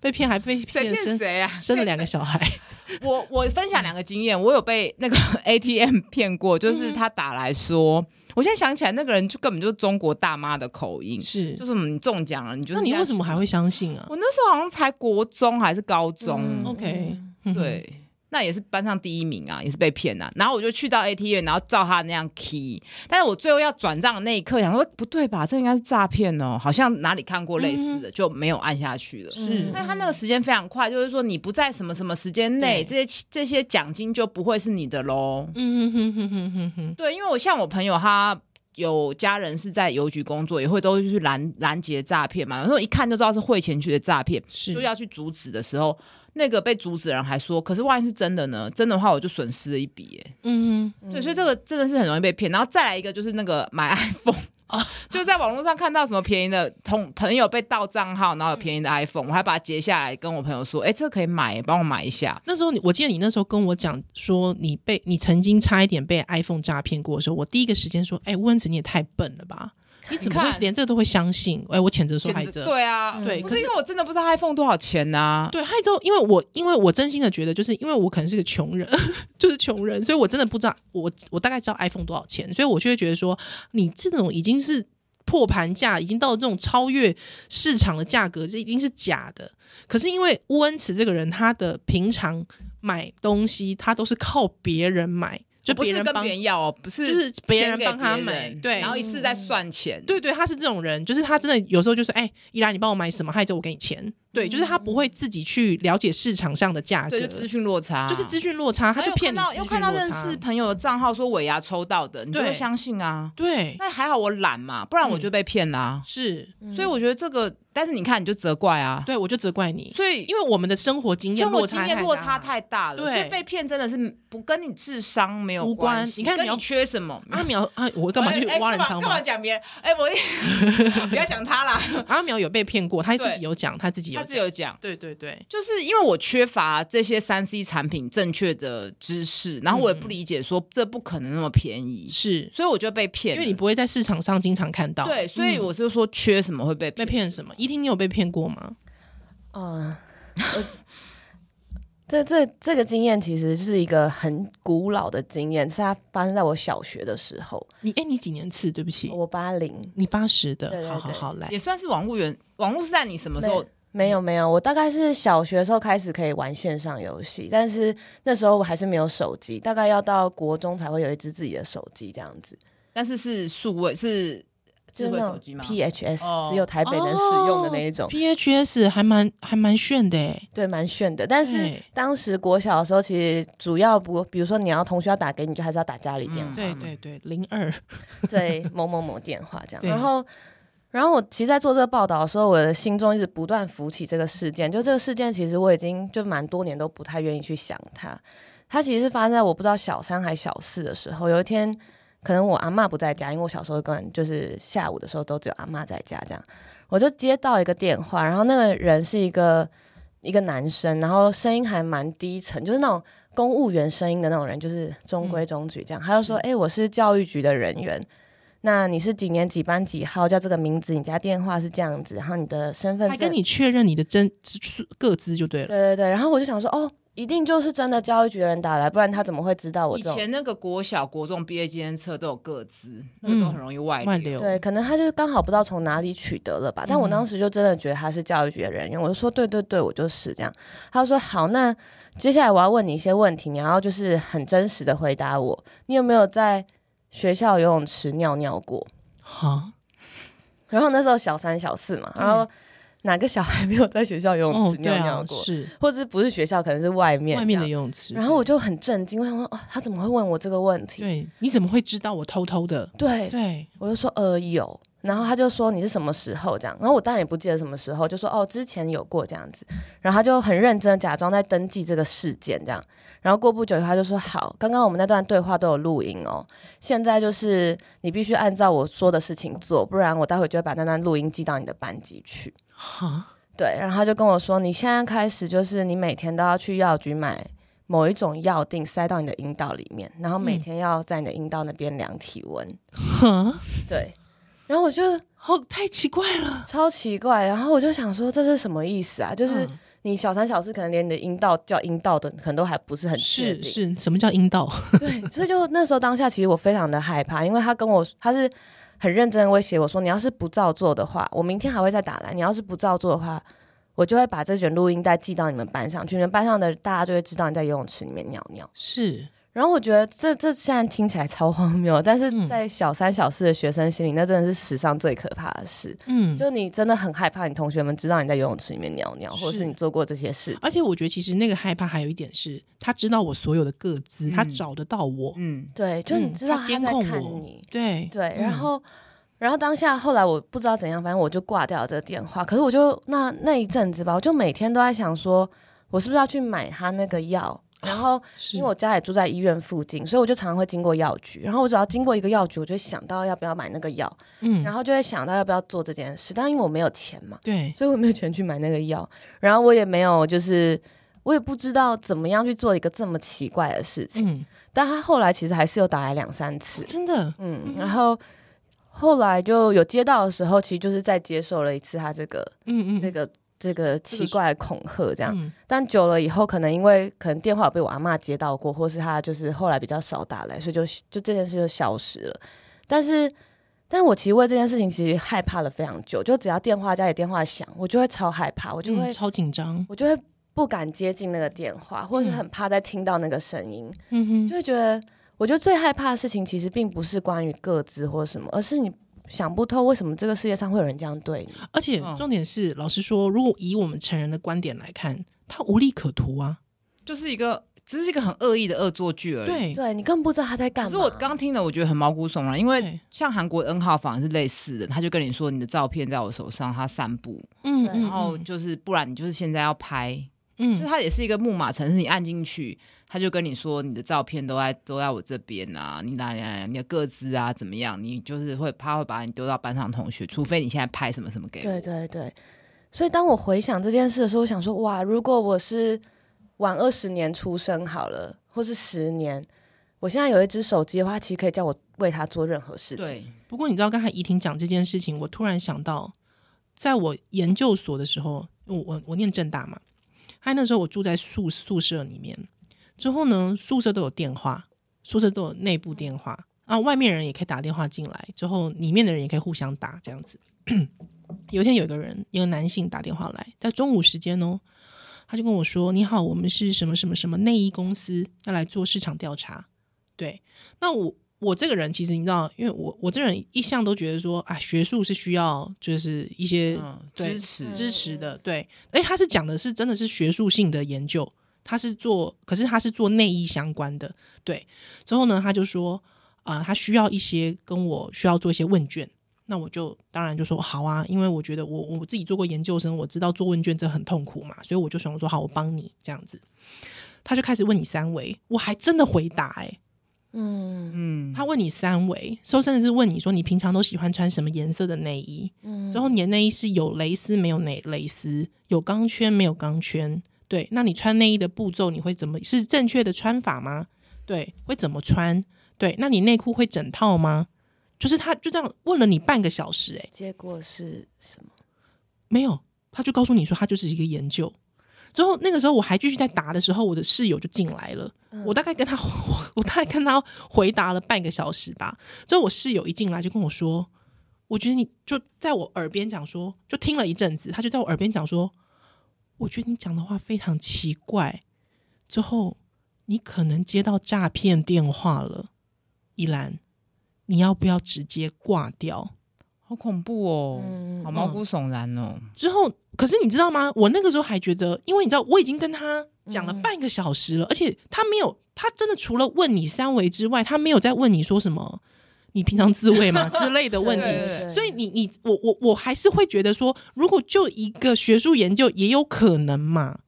[SPEAKER 1] 被骗还被
[SPEAKER 2] 谁
[SPEAKER 1] 骗
[SPEAKER 2] 骗
[SPEAKER 1] 生
[SPEAKER 2] 谁啊？
[SPEAKER 1] 生了两个小孩，
[SPEAKER 2] 我我分享两个经验，我有被那个 ATM 骗过，
[SPEAKER 1] 嗯
[SPEAKER 2] 就是他打来说，我现在想起来那个人就根本就是中国大妈的口音，
[SPEAKER 1] 是
[SPEAKER 2] 就是你中奖了，你就是
[SPEAKER 1] 那你
[SPEAKER 2] 这样
[SPEAKER 1] 为什么还会相信啊
[SPEAKER 2] 我那时候好像才国中还是高中，
[SPEAKER 3] 嗯
[SPEAKER 1] ？OK，嗯
[SPEAKER 2] 对，那也是班上第一名啊，也是被骗啊。然后我就去到 ATM，然后照他那样 key，但是我最后要转账的那一刻，想说不对吧，这应该是诈骗哦，好像哪里看过类似的，就没有按下去了。
[SPEAKER 1] 嗯是
[SPEAKER 2] 那他那个时间非常快，就是说你不在什么什么时间内，这些这些奖金就不会是你的喽。
[SPEAKER 1] 嗯哼哼哼哼哼哼，
[SPEAKER 2] 对，因为我像我朋友他。有家人是在邮局工作，也会都去拦拦截诈骗嘛。然后一看就知道是汇钱去的诈骗，
[SPEAKER 1] 是
[SPEAKER 2] 就要去阻止的时候，那个被阻止的人还说：“可是万一是真的呢？真的话我就损失了一笔。”耶。
[SPEAKER 1] 嗯哼
[SPEAKER 2] 对，所以这个真的是很容易被骗。然后再来一个就是那个买 iPhone
[SPEAKER 1] 哦
[SPEAKER 2] 就在网络上看到什么便宜的，同朋友被盗账号，然后有便宜的
[SPEAKER 1] 嗯
[SPEAKER 2] iPhone，我还把它截下来跟我朋友说：“哎、这个可以买，帮我买一下。
[SPEAKER 1] 那时候你，我记得你那时候跟我讲说，你被你曾经差一点被 iPhone 诈骗过的时候，我第一个时间说，哎、吴文子你也太笨了吧，你怎么
[SPEAKER 2] 看
[SPEAKER 1] 会连这个都会相信？哎、我谴责”受害
[SPEAKER 2] 简直
[SPEAKER 1] 者，
[SPEAKER 2] 对啊，
[SPEAKER 1] 对
[SPEAKER 2] 不
[SPEAKER 1] 嗯可是
[SPEAKER 2] 是因为我真的不知道 iPhone 多少钱呐、
[SPEAKER 1] 对，还有之后，因为我因为我真心的觉得，就是因为我可能是个穷人， 就是穷人，所以我真的不知道，我我大概知道 iPhone 多少钱，所以我就会觉得说，你这种已经是破盘价，已经到这种超越市场的价格，这一定是假的。可是因为乌恩慈这个人，他的平常买东西，他都是靠别人买，就
[SPEAKER 2] 我不
[SPEAKER 1] 别
[SPEAKER 2] 是
[SPEAKER 1] 人
[SPEAKER 2] 跟
[SPEAKER 1] 帮
[SPEAKER 2] 别人要哦，不是
[SPEAKER 1] 就是别人
[SPEAKER 2] 先给
[SPEAKER 1] 帮他
[SPEAKER 2] 别
[SPEAKER 1] 买
[SPEAKER 2] 人
[SPEAKER 1] 对嗯
[SPEAKER 2] 然后一次再算钱，
[SPEAKER 1] 对对，他是这种人，就是他真的有时候就说，哎、依兰，你帮我买什么，害着我给你钱。对，就是他不会自己去了解市场上的价格，
[SPEAKER 2] 嗯对，就资讯落差，
[SPEAKER 1] 就是资讯落差，啊他就
[SPEAKER 2] 然后又
[SPEAKER 1] 骗
[SPEAKER 2] 啊
[SPEAKER 1] 你
[SPEAKER 2] 看到
[SPEAKER 1] 资
[SPEAKER 2] 又
[SPEAKER 1] 讯
[SPEAKER 2] 看到
[SPEAKER 1] 落
[SPEAKER 2] 认
[SPEAKER 1] 差
[SPEAKER 2] 识朋友的账号说尾牙抽到的，你就
[SPEAKER 1] 对嗯
[SPEAKER 2] 会相信啊。
[SPEAKER 1] 对，
[SPEAKER 2] 那还好我懒嘛，不然我就被骗啦、
[SPEAKER 1] 是
[SPEAKER 2] 所以我觉得这个，但是你看你就责怪啊，
[SPEAKER 1] 嗯对我就责怪你，
[SPEAKER 2] 所以
[SPEAKER 1] 因为我们的生活经验
[SPEAKER 2] 生活
[SPEAKER 1] 落
[SPEAKER 2] 经
[SPEAKER 1] 差
[SPEAKER 2] 验
[SPEAKER 1] 太
[SPEAKER 2] 落
[SPEAKER 1] 大
[SPEAKER 2] 差
[SPEAKER 1] 了
[SPEAKER 2] 太大了，
[SPEAKER 1] 对
[SPEAKER 2] 所以被骗真的是不跟你智商没有
[SPEAKER 1] 无关
[SPEAKER 2] 系
[SPEAKER 1] 你看你
[SPEAKER 2] 跟
[SPEAKER 1] 要
[SPEAKER 2] 你缺什么。
[SPEAKER 1] 阿苗啊，我干嘛去
[SPEAKER 2] 哎哎
[SPEAKER 1] 挖人
[SPEAKER 2] 干嘛
[SPEAKER 1] 仓
[SPEAKER 2] 干嘛
[SPEAKER 1] 吗？
[SPEAKER 2] 讲别人？哎、我 不要讲他啦，
[SPEAKER 1] 阿苗有被骗过，他自
[SPEAKER 2] 对
[SPEAKER 1] 己有讲，他自己有
[SPEAKER 2] 他
[SPEAKER 1] 讲，
[SPEAKER 2] 自己有讲。
[SPEAKER 1] 对对对，
[SPEAKER 2] 就是因为我缺乏这些三 C 产品正确的知识，然后我也不理解说这不可能那么便宜，
[SPEAKER 1] 嗯是
[SPEAKER 2] 所以我就被骗
[SPEAKER 1] 因为
[SPEAKER 2] 了。
[SPEAKER 1] 你不会在市场上经常看到，
[SPEAKER 2] 对，所以
[SPEAKER 1] 嗯
[SPEAKER 2] 我就说缺什么会被
[SPEAKER 1] 被骗什么？一听你有被骗过吗？
[SPEAKER 3] 嗯，我这这这个经验其实是一个很古老的经验，是它发生在我小学的时候，
[SPEAKER 1] 你哎，你几年次？对不起，
[SPEAKER 3] 我八零。
[SPEAKER 1] 你八十
[SPEAKER 3] 对
[SPEAKER 1] 的，
[SPEAKER 3] 对
[SPEAKER 1] 好好
[SPEAKER 3] 对
[SPEAKER 1] 好来
[SPEAKER 2] 也，算是网络原网络是在你什么时候
[SPEAKER 3] 没？没有没有，我大概是小学的时候开始可以玩线上游戏，但是那时候我还是没有手机，大概要到国中才会有一只自己的手机这样子，
[SPEAKER 2] 但是是数位是智
[SPEAKER 3] 就是
[SPEAKER 2] 慧
[SPEAKER 3] 那
[SPEAKER 2] 手
[SPEAKER 3] 种
[SPEAKER 2] 机吗？
[SPEAKER 3] PHS、
[SPEAKER 2] 哦
[SPEAKER 3] 只有台北能使用的那一种，
[SPEAKER 1] PHS 还蛮还蛮炫的哎，
[SPEAKER 3] 对，蛮炫的。但
[SPEAKER 2] 嗯
[SPEAKER 3] 是
[SPEAKER 1] 对
[SPEAKER 3] 当时国小的时候，其实主要不，比如说你要同学要打给你，就还是要打家里电话。
[SPEAKER 2] 嗯
[SPEAKER 1] 对对对，零二
[SPEAKER 3] 对某某某电话这样。
[SPEAKER 1] 对
[SPEAKER 3] 然后，然后我其实，在做这个报道的时候，我的心中一直不断浮起这个事件。就这个事件，其实我已经就蛮多年都不太愿意去想它。它其实是发生在我不知道小三还小四的时候。有一天，可能我阿嬷不在家，因为我小时候跟就是下午的时候都只有阿嬷在家这样。我就接到一个电话，然后那个人是一个一个男生，然后声音还蛮低沉，就是那种公务员声音的那种人，就是中规中矩这样。他就说：“哎、我是教育局的人员，那你是几年几班几号，叫这个名字，你家电话是这样子，然后你的身份
[SPEAKER 1] 还
[SPEAKER 3] 证
[SPEAKER 1] 跟你确认你的真各自就对了，
[SPEAKER 3] 对对对。”然后我就想说：“哦，一定就是真的教育局的人打来，不然他怎么会知道我
[SPEAKER 2] 以
[SPEAKER 3] 这种？”
[SPEAKER 2] 前那个国小、国中毕业纪念册都有各自，那个都很容易外
[SPEAKER 1] 外
[SPEAKER 2] 流。
[SPEAKER 1] 流
[SPEAKER 3] 对，可能他就刚好不知道从哪里取得了吧。但我
[SPEAKER 1] 嗯
[SPEAKER 3] 当时就真的觉得他是教育局的人员，我就说对对对，我就是这样。他就说好，那接下来我要问你一些问题，你要就是很真实的回答我。你有没有在学校游泳池尿尿过？
[SPEAKER 1] 哈，
[SPEAKER 3] 然后那时候小三小四嘛，
[SPEAKER 1] 嗯
[SPEAKER 3] 然后哪个小孩没有在学校游泳
[SPEAKER 1] 哦
[SPEAKER 3] 池
[SPEAKER 1] 对
[SPEAKER 3] 尿
[SPEAKER 1] 啊
[SPEAKER 3] 尿，过？
[SPEAKER 1] 是
[SPEAKER 3] 或者不是学校，可能是外面
[SPEAKER 1] 外面
[SPEAKER 3] 这
[SPEAKER 1] 的
[SPEAKER 3] 样
[SPEAKER 1] 游泳池，
[SPEAKER 3] 然后我就很震惊，我想说，哦，他怎么会问我这个问题？
[SPEAKER 1] 对，你怎么会知道我偷偷的？
[SPEAKER 3] 对，
[SPEAKER 1] 对，
[SPEAKER 3] 我就说呃有，然后他就说你是什么时候这样，然后我当然也不记得什么时候，就说哦之前有过这样子，然后他就很认真的假装在登记这个事件这样，然后过不久他就说好，刚刚我们那段对话都有录音哦，现在就是你必须按照我说的事情做，不然我待会就会把那段录音寄到你的班级去。
[SPEAKER 1] 哈，
[SPEAKER 3] 对，然后他就跟我说，你现在开始就是你每天都要去药局买某一种药定塞到你的阴道里面，然后每
[SPEAKER 1] 嗯
[SPEAKER 3] 天要在你的阴道那边量体温。
[SPEAKER 1] 哈，
[SPEAKER 3] 对，然后我就
[SPEAKER 1] 好太奇怪了，
[SPEAKER 3] 超奇怪，然后我就想说这是什么意思啊？就是
[SPEAKER 1] 嗯
[SPEAKER 3] 你小三小四，可能连你的阴道叫阴道的，可能都还不是很确
[SPEAKER 1] 是
[SPEAKER 3] 定。
[SPEAKER 1] 是，什么叫阴道？
[SPEAKER 3] 对，所以就那时候当下，其实我非常的害怕，因为他跟我他是很认真地威胁我说，你要是不照做的话，我明天还会再打来。你要是不照做的话，我就会把这卷录音带寄到你们班上去，你们班上的大家就会知道你在游泳池里面尿尿。
[SPEAKER 1] 是
[SPEAKER 3] 然后我觉得这这现在听起来超荒谬，但是
[SPEAKER 1] 嗯
[SPEAKER 3] 在小三小四的学生心里，那真的是史上最可怕的事。
[SPEAKER 1] 嗯，
[SPEAKER 3] 就你真的很害怕你同学们知道你在游泳池里面尿尿，或者
[SPEAKER 1] 是
[SPEAKER 3] 是你做过这些事情，
[SPEAKER 1] 而且我觉得其实那个害怕还有一点是，他知道我所有的个资，他
[SPEAKER 2] 嗯
[SPEAKER 1] 找得到我，
[SPEAKER 2] 嗯，
[SPEAKER 3] 对，就你
[SPEAKER 1] 嗯
[SPEAKER 3] 知道
[SPEAKER 1] 他监
[SPEAKER 3] 在
[SPEAKER 1] 控
[SPEAKER 3] 看
[SPEAKER 1] 我
[SPEAKER 3] 你，
[SPEAKER 1] 对
[SPEAKER 3] 对，
[SPEAKER 1] 嗯
[SPEAKER 3] 然后、然后当下后来我不知道怎样，反正我就挂掉了这个电话。可是我就那那一阵子吧，我就每天都在想说，我是不是要去买他那个药？然后
[SPEAKER 1] 哦是
[SPEAKER 3] 因为我家也住在医院附近，所以我就常常会经过药局。然后我只要经过一个药局，我就会想到要不要买那个药，
[SPEAKER 1] 嗯，
[SPEAKER 3] 然后就会想到要不要做这件事。但因为我没有钱嘛，
[SPEAKER 1] 对
[SPEAKER 3] 所以我没有钱去买那个药，然后我也没有就是。我也不知道怎么样去做一个这么奇怪的事情，
[SPEAKER 1] 嗯，
[SPEAKER 3] 但他后来其实还是有打来两三次，
[SPEAKER 1] 真的
[SPEAKER 3] 嗯，然后后来就有接到的时候，其实就是再接受了一次他这个、
[SPEAKER 1] 嗯嗯
[SPEAKER 3] 这个这个奇
[SPEAKER 1] 是
[SPEAKER 3] 怪的恐吓这样。
[SPEAKER 1] 嗯
[SPEAKER 3] 但久了以后，可能因为可能电话有被我阿妈接到过，或是他就是后来比较少打来，所以就就这件事就消失了。但是，但我其实为这件事情其实害怕了非常久，就只要电话家里电话响，我就会超害怕，我就会、
[SPEAKER 1] 嗯超紧张，
[SPEAKER 3] 我就会不敢接近那个电话，或是
[SPEAKER 1] 嗯
[SPEAKER 3] 很怕再听到那个声音。
[SPEAKER 1] 嗯
[SPEAKER 3] 就
[SPEAKER 1] 哼，
[SPEAKER 3] 会觉得，我觉得最害怕的事情其实并不是关于各自或什么，而是你想不透为什么这个世界上会有人这样对你。
[SPEAKER 1] 而且
[SPEAKER 2] 嗯
[SPEAKER 1] 重点是，老实说，如果以我们成人的观点来看，他无利可图啊，
[SPEAKER 2] 就是一个只是一个很恶意的恶作剧而已。。
[SPEAKER 1] 对
[SPEAKER 3] 对你根本不知道他在干
[SPEAKER 2] 可
[SPEAKER 3] 嘛。
[SPEAKER 2] 是我刚听了，我觉得很毛骨悚然，因为
[SPEAKER 1] 对，
[SPEAKER 2] 像韩国 N 号房也是类似的，他就跟你说你的照片在我手上，他散步，
[SPEAKER 1] 嗯，
[SPEAKER 3] 对
[SPEAKER 1] 嗯
[SPEAKER 2] 然后就是不然你就是现在要拍，就
[SPEAKER 1] 嗯
[SPEAKER 2] 它也是一个木马城市，你按进去，他就跟你说你的照片都在都在我这边啊，你哪里哪里你的个资啊怎么样，你就是会怕会把你丢到班上同学，除非你现在拍什么什么给我。
[SPEAKER 3] 对对对，所以当我回想这件事的时候，我想说，哇，如果我是晚二十年出生好了，或是十年，我现在有一只手机的话，其实可以叫我为他做任何事情。
[SPEAKER 2] 对，
[SPEAKER 1] 不过你知道刚才怡婷讲这件事情，我突然想到，在我研究所的时候，我我我念正大嘛，还有那时候我住在宿宿舍里面，之后呢，宿舍都有电话，宿舍都有内部电话啊，外面人也可以打电话进来，之后里面的人也可以互相打这样子。 有一天有一个人，一个男性打电话来，在中午时间哦，他就跟我说：“你好，我们是什么什么什么内衣公司，要来做市场调查。”对，那我我这个人其实你知道，因为我我这个人一向都觉得说，啊，学术是需要就是一些
[SPEAKER 2] 嗯，
[SPEAKER 1] 对
[SPEAKER 2] 支持，
[SPEAKER 1] 支持的，对。哎，他是讲的是真的是学术性的研究，他是做，可是他是做内衣相关的，对。之后呢，他就说，啊、他需要一些跟我需要做一些问卷。那我就当然就说好啊，因为我觉得我我自己做过研究生，我知道做问卷这很痛苦嘛，所以我就想说好，我帮你这样子。他就开始问你三维，我还真的回答哎、
[SPEAKER 3] 嗯
[SPEAKER 2] 嗯，
[SPEAKER 1] 他问你三围，说甚至是问你说你平常都喜欢穿什么颜色的内衣，
[SPEAKER 3] 嗯
[SPEAKER 1] 之后你的内衣是有蕾丝没有蕾蕾丝，有钢圈没有钢圈，对，那你穿内衣的步骤你会怎么是正确的穿法吗？对，会怎么穿？对，那你内裤会整套吗？就是他就这样问了你半个小时、欸，哎，
[SPEAKER 3] 结果是什么？
[SPEAKER 1] 没有，他就告诉你说他就是一个研究。之后那个时候我还继续在答的时候，我的室友就进来了。
[SPEAKER 3] 嗯
[SPEAKER 1] 我大概跟他，我我大概跟他回答了半个小时吧。之后我室友一进来就跟我说，我觉得你就在我耳边讲说，就听了一阵子，他就在我耳边讲说，我觉得你讲的话非常奇怪。之后你可能接到诈骗电话了，依兰，你要不要直接挂掉？
[SPEAKER 2] 好恐怖哦，
[SPEAKER 3] 嗯
[SPEAKER 2] 好毛骨悚然哦。
[SPEAKER 1] 之后，可是你知道吗？我那个时候还觉得，因为你知道，我已经跟他讲了
[SPEAKER 3] 嗯
[SPEAKER 1] 半个小时了，而且他没有，他真的除了问你三围之外，他没有再问你说什么你平常自慰吗 之类的问
[SPEAKER 2] 对
[SPEAKER 1] 题。
[SPEAKER 2] 对
[SPEAKER 1] 所以你你我我我还是会觉得说，如果就一个学术研究，也有可能嘛。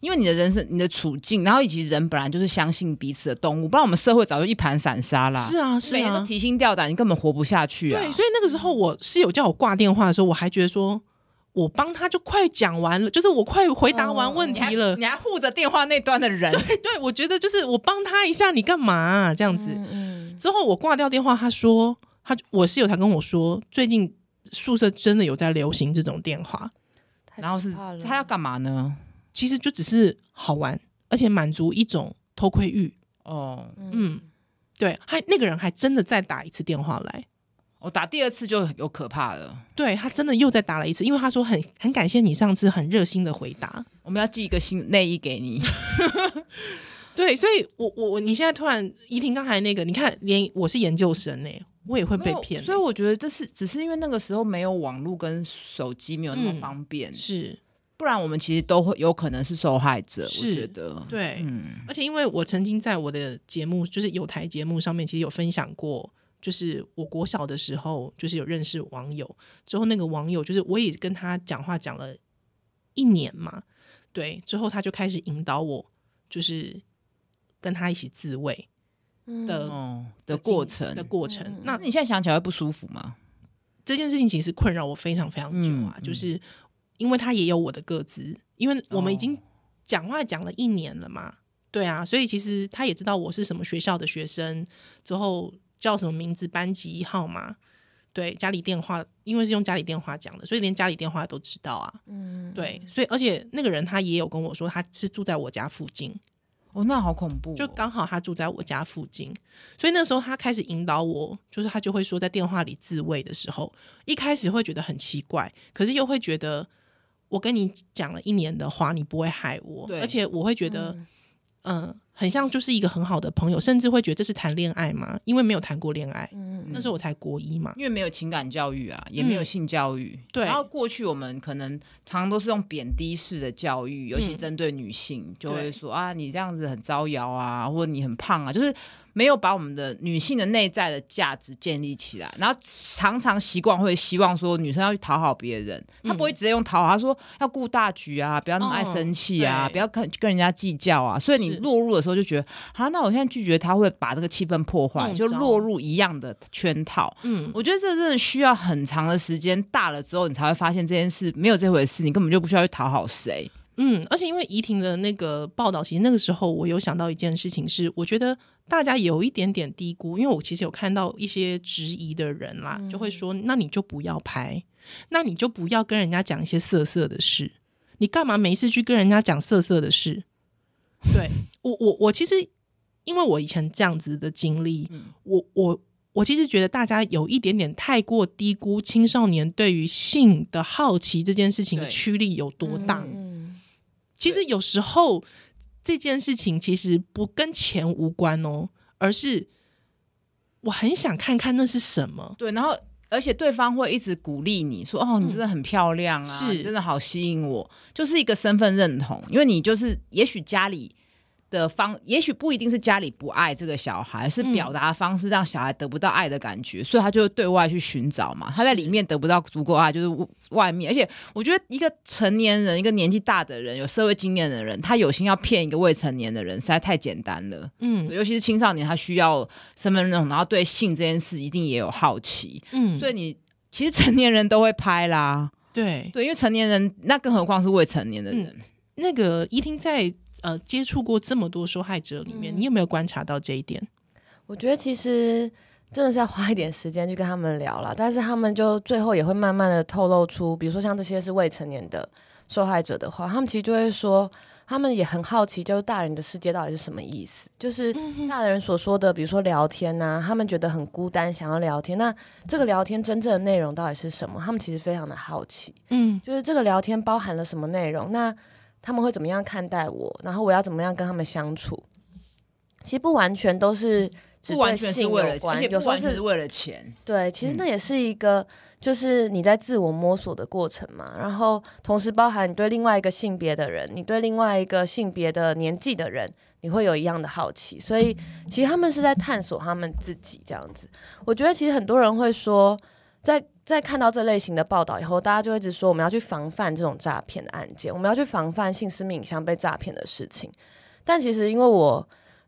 [SPEAKER 2] 因为你的人生、你的处境，然后以及人本来就是相信彼此的动物，不然我们社会早就一盘散沙啦。
[SPEAKER 1] 是啊，是
[SPEAKER 2] 每天都
[SPEAKER 1] 啊，
[SPEAKER 2] 提心吊胆，你根本活不下去啊！
[SPEAKER 1] 对。所以那个时候，我室友叫我挂电话的时候，我还觉得说。我帮他就快讲完了，就是我快回答完问
[SPEAKER 2] 你还
[SPEAKER 1] 题了。
[SPEAKER 2] 哦你还护着电话那端的 人，
[SPEAKER 1] 对，我觉得就是我帮他一下，你干嘛啊、这样子？
[SPEAKER 3] 嗯嗯
[SPEAKER 1] 之后我挂掉电话，他说他就我室友才跟我说，最近宿舍真的有在流行这种电话，
[SPEAKER 3] 太
[SPEAKER 2] 然后是
[SPEAKER 3] 可怕了
[SPEAKER 2] 他要干嘛呢？
[SPEAKER 1] 其实就只是好玩，而且满足一种偷窥欲。
[SPEAKER 2] 哦，
[SPEAKER 1] 嗯，对，还那个人还真的再打一次电话来，
[SPEAKER 2] 我打第二次就有可怕了。
[SPEAKER 1] 对他真的又再打了一次，因为他说很很感谢你上次很热心的回答。
[SPEAKER 2] 我们要寄一个新内衣给你，
[SPEAKER 1] 对，所以我我我你现在突然怡婷刚才那个，你看连我是研究生呢、我也会 被骗欸、
[SPEAKER 2] 所以我觉得这是只是因为那个时候没有网络跟手机没有那
[SPEAKER 1] 嗯
[SPEAKER 2] 么方便，
[SPEAKER 1] 是
[SPEAKER 2] 不然我们其实都会有可能是受害者。我
[SPEAKER 1] 是
[SPEAKER 2] 觉得，
[SPEAKER 1] 对，
[SPEAKER 2] 嗯，
[SPEAKER 1] 而且因为我曾经在我的节目，就是有台节目上面，其实有分享过，就是我国小的时候，就是有认识网友，之后那个网友就是我也跟他讲话讲了一年嘛，对，之后他就开始引导我，就是跟他一起自慰的、
[SPEAKER 2] 哦的过程
[SPEAKER 1] 的。过程。
[SPEAKER 3] 嗯
[SPEAKER 1] 那
[SPEAKER 2] 那你现在想起来会不舒服吗？
[SPEAKER 1] 这件事情其实困扰我非常非常久啊，
[SPEAKER 2] 嗯嗯
[SPEAKER 1] 就是因为他也有我的个资，因为我们已经
[SPEAKER 2] 哦
[SPEAKER 1] 讲话讲了一年了嘛，对啊，所以其实他也知道我是什么学校的学生，之后叫什么名字、班级号码，对，家里电话，因为是用家里电话讲的，所以连家里电话都知道啊，
[SPEAKER 3] 嗯，
[SPEAKER 1] 对，所以而且那个人他也有跟我说，他是住在我家附近，
[SPEAKER 2] 哦，那好恐怖哦、
[SPEAKER 1] 就刚好他住在我家附近，所以那时候他开始引导我，就是他就会说在电话里自慰的时候，一开始会觉得很奇怪，可是又会觉得我跟你讲了一年的话，你不会害我，
[SPEAKER 2] 对
[SPEAKER 1] 而且我会觉得
[SPEAKER 3] 嗯
[SPEAKER 1] 嗯、呃很像就是一个很好的朋友，甚至会觉得这是谈恋爱嘛，因为没有谈过恋爱，
[SPEAKER 3] 嗯
[SPEAKER 1] 那时候我才国一嘛，嗯
[SPEAKER 2] 因为没有情感教育啊，也没有性教育。
[SPEAKER 1] 对
[SPEAKER 2] 然后过去我们可能常常都是用贬低式的教
[SPEAKER 1] 嗯
[SPEAKER 2] 育，尤其针对女性，就会说啊，你这样子很招摇啊，或者你很胖啊，就是没有把我们的女性的内在的价值建立起来。然后常常习惯会希望说女生要去讨好别人，
[SPEAKER 1] 嗯
[SPEAKER 2] 她不会直接用讨好，她说要顾大局啊，不要那么爱生气啊，
[SPEAKER 1] 哦对
[SPEAKER 2] 不要跟跟人家计较啊。所以你
[SPEAKER 1] 是
[SPEAKER 2] 落入的时候就觉得啊，那我现在拒绝她会把这个气氛破坏，
[SPEAKER 1] 弄
[SPEAKER 2] 就
[SPEAKER 1] 糟
[SPEAKER 2] 落入一样的圈套。
[SPEAKER 1] 嗯，
[SPEAKER 2] 我觉得这真的需要很长的时间，大了之后你才会发现这件事没有这回事，你根本就不需要去讨好谁。
[SPEAKER 1] 嗯，而且因为怡婷的那个报道，其实那个时候我有想到一件事情是，我觉得大家有一点点低估，因为我其实有看到一些质疑的人啦，就会说，那你就不要拍，那你就不要跟人家讲一些色色的事，你干嘛没事去跟人家讲色色的事？ 对我，我，我其实因为我以前这样子的经历，我，我。我其实觉得大家有一点点太过低估青少年对于性的好奇这件事情的
[SPEAKER 2] 对
[SPEAKER 1] 驱力有多大。
[SPEAKER 3] 嗯
[SPEAKER 1] 其实有时候这件事情其实不跟钱无关哦，而是我很想看看那是什么。
[SPEAKER 2] 对，然后而且对方会一直鼓励你说：“哦，你真的很漂亮啊，
[SPEAKER 1] 嗯是
[SPEAKER 2] 你真的好吸引我。”就是一个身份认同，因为你就是也许家里。的方也许不一定是家里不爱这个小孩，是
[SPEAKER 1] 嗯
[SPEAKER 2] 表达方式让小孩得不到爱的感觉，所以他就对外去寻找嘛。他在里面得不到足够爱，就是外面。而且我觉得一个成年人，一个年纪大的人，有社会经验的人，他有心要骗一个未成年的人，实在太简单了。
[SPEAKER 1] 嗯
[SPEAKER 2] 尤其是青少年，他需要身份认同，然后对性这件事一定也有好奇，
[SPEAKER 1] 嗯，
[SPEAKER 2] 所
[SPEAKER 1] 以
[SPEAKER 2] 以你其实成年人都会拍啦，
[SPEAKER 1] 对
[SPEAKER 2] 对，因为成年人那更何况是未成年的
[SPEAKER 3] 嗯
[SPEAKER 2] 人，
[SPEAKER 1] 那个一听在呃接触过这么多受害者里面，
[SPEAKER 3] 嗯
[SPEAKER 1] 你有没有观察到这一点？
[SPEAKER 3] 我觉得其实真的是要花一点时间去跟他们聊了，但是他们就最后也会慢慢的透露出，比如说像这些是未成年的受害者的话，他们其实就会说。他们也很好奇，就是大人的世界到底是什么意思？就是大人所说的，比如说聊天呐、他们觉得很孤单，想要聊天。那这个聊天真正的内容到底是什么？他们其实非常的好奇。
[SPEAKER 1] 嗯
[SPEAKER 3] 就是这个聊天包含了什么内容，那他们会怎么样看待我，然后我要怎么样跟他们相处。其实不完全都是只
[SPEAKER 2] 不完
[SPEAKER 3] 对
[SPEAKER 2] 全是
[SPEAKER 3] 性
[SPEAKER 2] 为了
[SPEAKER 3] 有，关
[SPEAKER 2] 而，且
[SPEAKER 3] 有
[SPEAKER 2] 不
[SPEAKER 3] 时候
[SPEAKER 2] 完全
[SPEAKER 3] 是
[SPEAKER 2] 是为了钱，
[SPEAKER 3] 对，其实
[SPEAKER 2] 嗯
[SPEAKER 3] 那也是一个，就是你在自我摸索的过程嘛。然后同时包含你对另外一个性别的人，你对另外一个性别的年纪的人，你会有一样的好奇。所以其实他们是在探索他们自己这样子。我觉得其实很多人会说，在在看到这类型的报道以后，大家就会一直说我们要去防范这种诈骗的案件，我们要去防范性私密影像被诈骗的事情。但其实因为我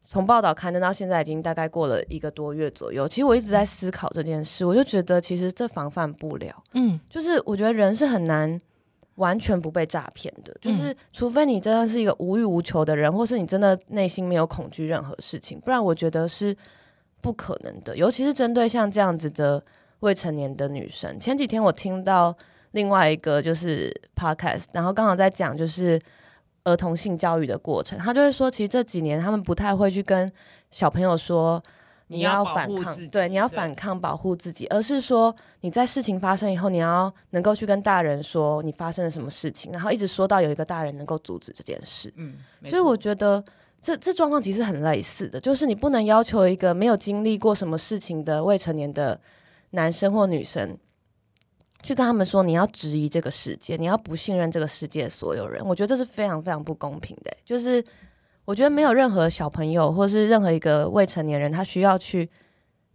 [SPEAKER 3] 从报道刊登到现在已经大概过了一个多月左右，其实我一直在思考这件事，我就觉得其实这防范不了，
[SPEAKER 1] 嗯
[SPEAKER 3] 就是我觉得人是很难。完全不被诈骗的，就是除非你真的是一个无欲无求的人，或是你真的内心没有恐惧任何事情，不然我觉得是不可能的，尤其是针对像这样子的未成年的女生。前几天我听到另外一个就是 podcast，然后刚好在讲就是儿童性教育的过程，他就会说，其实这几年他们不太会去跟小朋友说。
[SPEAKER 2] 你
[SPEAKER 3] 你
[SPEAKER 2] 要
[SPEAKER 3] 要
[SPEAKER 2] 保
[SPEAKER 3] 反
[SPEAKER 2] 护
[SPEAKER 3] 抗
[SPEAKER 2] 自己，
[SPEAKER 3] 对，你要
[SPEAKER 2] 对
[SPEAKER 3] 反抗保护自己，而是说你在事情发生以后，你要能够去跟大人说你发生了什么事情，然后一直说到有一个大人能够阻止这件事。
[SPEAKER 2] 嗯，没
[SPEAKER 3] 所以
[SPEAKER 2] 错
[SPEAKER 3] 我觉得这这状况其实很类似的，就是你不能要求一个没有经历过什么事情的未成年的男生或女生。去跟他们说，你要质疑这个世界，你要不信任这个世界所有人，我觉得这是非常非常不公平的欸、就是我觉得没有任何小朋友或是任何一个未成年人，他需要去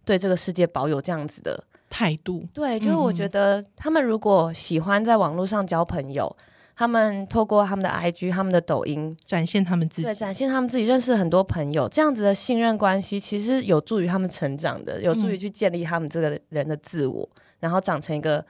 [SPEAKER 3] 对这个世界保有这样子的
[SPEAKER 1] 态度，
[SPEAKER 3] 对，就是
[SPEAKER 2] 嗯
[SPEAKER 3] 我觉得他们如果喜欢在网络上交朋友，他们透过他们的 IG、他们的抖音，
[SPEAKER 1] 展现他们自己
[SPEAKER 3] 对，。展现他们自己认识很多朋友，这样子的信任关系，其实有助于他们成长的，有助
[SPEAKER 1] 嗯
[SPEAKER 3] 于去建立他们这个人的自我，然后长成一个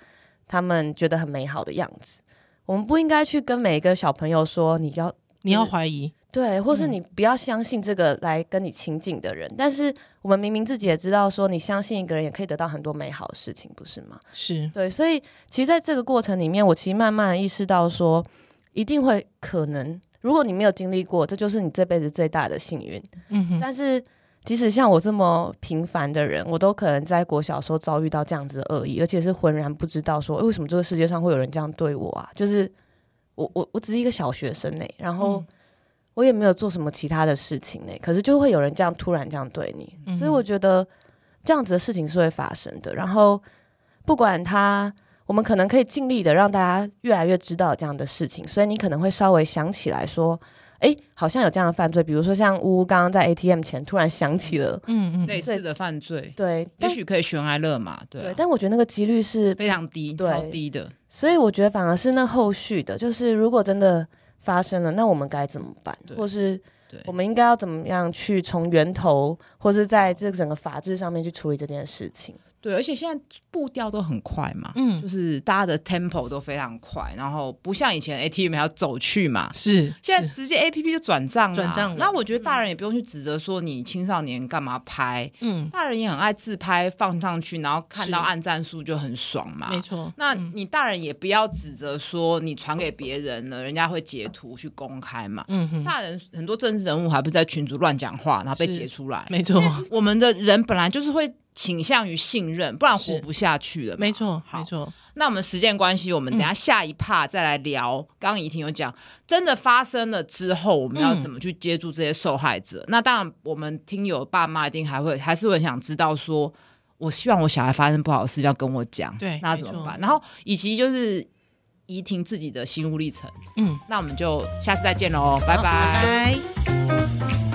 [SPEAKER 3] 他们觉得很美好的样子。我们不应该去跟每一个小朋友说你要
[SPEAKER 1] 你要怀疑，
[SPEAKER 3] 对，或
[SPEAKER 1] 嗯
[SPEAKER 3] 是你不要相信这个来跟你亲近的人。但是我们明明自己也知道，说你相信一个人也可以得到很多美好的事情，不是吗？
[SPEAKER 1] 是
[SPEAKER 3] 对，所以其实在这个过程里面，我其实慢慢地意识到说，一定会可能，如果你没有经历过，这就是你这辈子最大的幸运。
[SPEAKER 1] 嗯哼，
[SPEAKER 3] 但是即使像我这么平凡的人，我都可能在国小时候遭遇到这样子的恶意，而且是浑然不知道说诶为什么这个世界上会有人这样对我啊！就是我我我只是一个小学生呢、然后
[SPEAKER 1] 嗯
[SPEAKER 3] 我也没有做什么其他的事情呢、可是就会有人这样突然这样对你，
[SPEAKER 1] 嗯哼
[SPEAKER 3] 所以我觉得这样子的事情是会发生的。然后不管他。我们可能可以尽力的让大家越来越知道这样的事情，所以你可能会稍微想起来说，诶，好像有这样的犯罪，比如说像呜呜刚刚在 ATM 前突然想起了，
[SPEAKER 1] 嗯嗯，
[SPEAKER 2] 类似的犯罪，
[SPEAKER 3] 对，
[SPEAKER 2] 也
[SPEAKER 3] 但
[SPEAKER 2] 许可以悬崖勒马，对
[SPEAKER 3] 对，
[SPEAKER 2] 啊，
[SPEAKER 3] 但我觉得那个几率是，
[SPEAKER 2] 非常低，
[SPEAKER 3] 对
[SPEAKER 2] 超低的。
[SPEAKER 3] 所以我觉得反而是那后续的，就是如果真的发生了，那我们该怎么办，
[SPEAKER 2] 对
[SPEAKER 3] 或是
[SPEAKER 2] 对，
[SPEAKER 3] 我们应该要怎么样去从源头，或是在这整个法制上面去处理这件事情？
[SPEAKER 2] 对，而且现在步调都很快嘛，
[SPEAKER 1] 嗯
[SPEAKER 2] 就是大家的 tempo 都非常快，然后不像以前 ATM 还要走去嘛。
[SPEAKER 1] 是
[SPEAKER 2] 现在
[SPEAKER 1] 是
[SPEAKER 2] 直接 A P P 就转账了，
[SPEAKER 1] 转账了
[SPEAKER 2] 那我觉得大人也不用去指责说你青少年干嘛拍，
[SPEAKER 1] 嗯，
[SPEAKER 2] 大人也很爱自拍放上去，然后看到
[SPEAKER 1] 是
[SPEAKER 2] 按赞数就很爽嘛。
[SPEAKER 1] 没错，
[SPEAKER 2] 那
[SPEAKER 1] 嗯
[SPEAKER 2] 你大人也不要指责说你传给别人了，人家会截图去公开嘛。
[SPEAKER 1] 嗯哼，
[SPEAKER 2] 大人很多政治人物还不是在群组乱讲话，然后被
[SPEAKER 1] 是
[SPEAKER 2] 截出来。
[SPEAKER 1] 没错，
[SPEAKER 2] 我们的人本来就是会倾向于信任，不然活
[SPEAKER 1] 是
[SPEAKER 2] 不下去了嘛。
[SPEAKER 1] 没错，
[SPEAKER 2] 好
[SPEAKER 1] 没错，
[SPEAKER 2] 那我们时间关系，我们等一
[SPEAKER 1] 嗯
[SPEAKER 2] 下下一趴再来聊。刚刚怡婷有讲，真的发生了之后，我们要怎么去接住这些受害者？
[SPEAKER 1] 嗯
[SPEAKER 2] 那当然，我们听友爸妈一定还会还是会想知道说，我希望我小孩发生不好的事要跟我讲，
[SPEAKER 1] 对
[SPEAKER 2] 那怎么
[SPEAKER 1] 没错
[SPEAKER 2] 办？然后以及就是怡婷自己的心路历程。
[SPEAKER 1] 嗯，
[SPEAKER 2] 那我们就下次再见喽，
[SPEAKER 1] 好拜拜。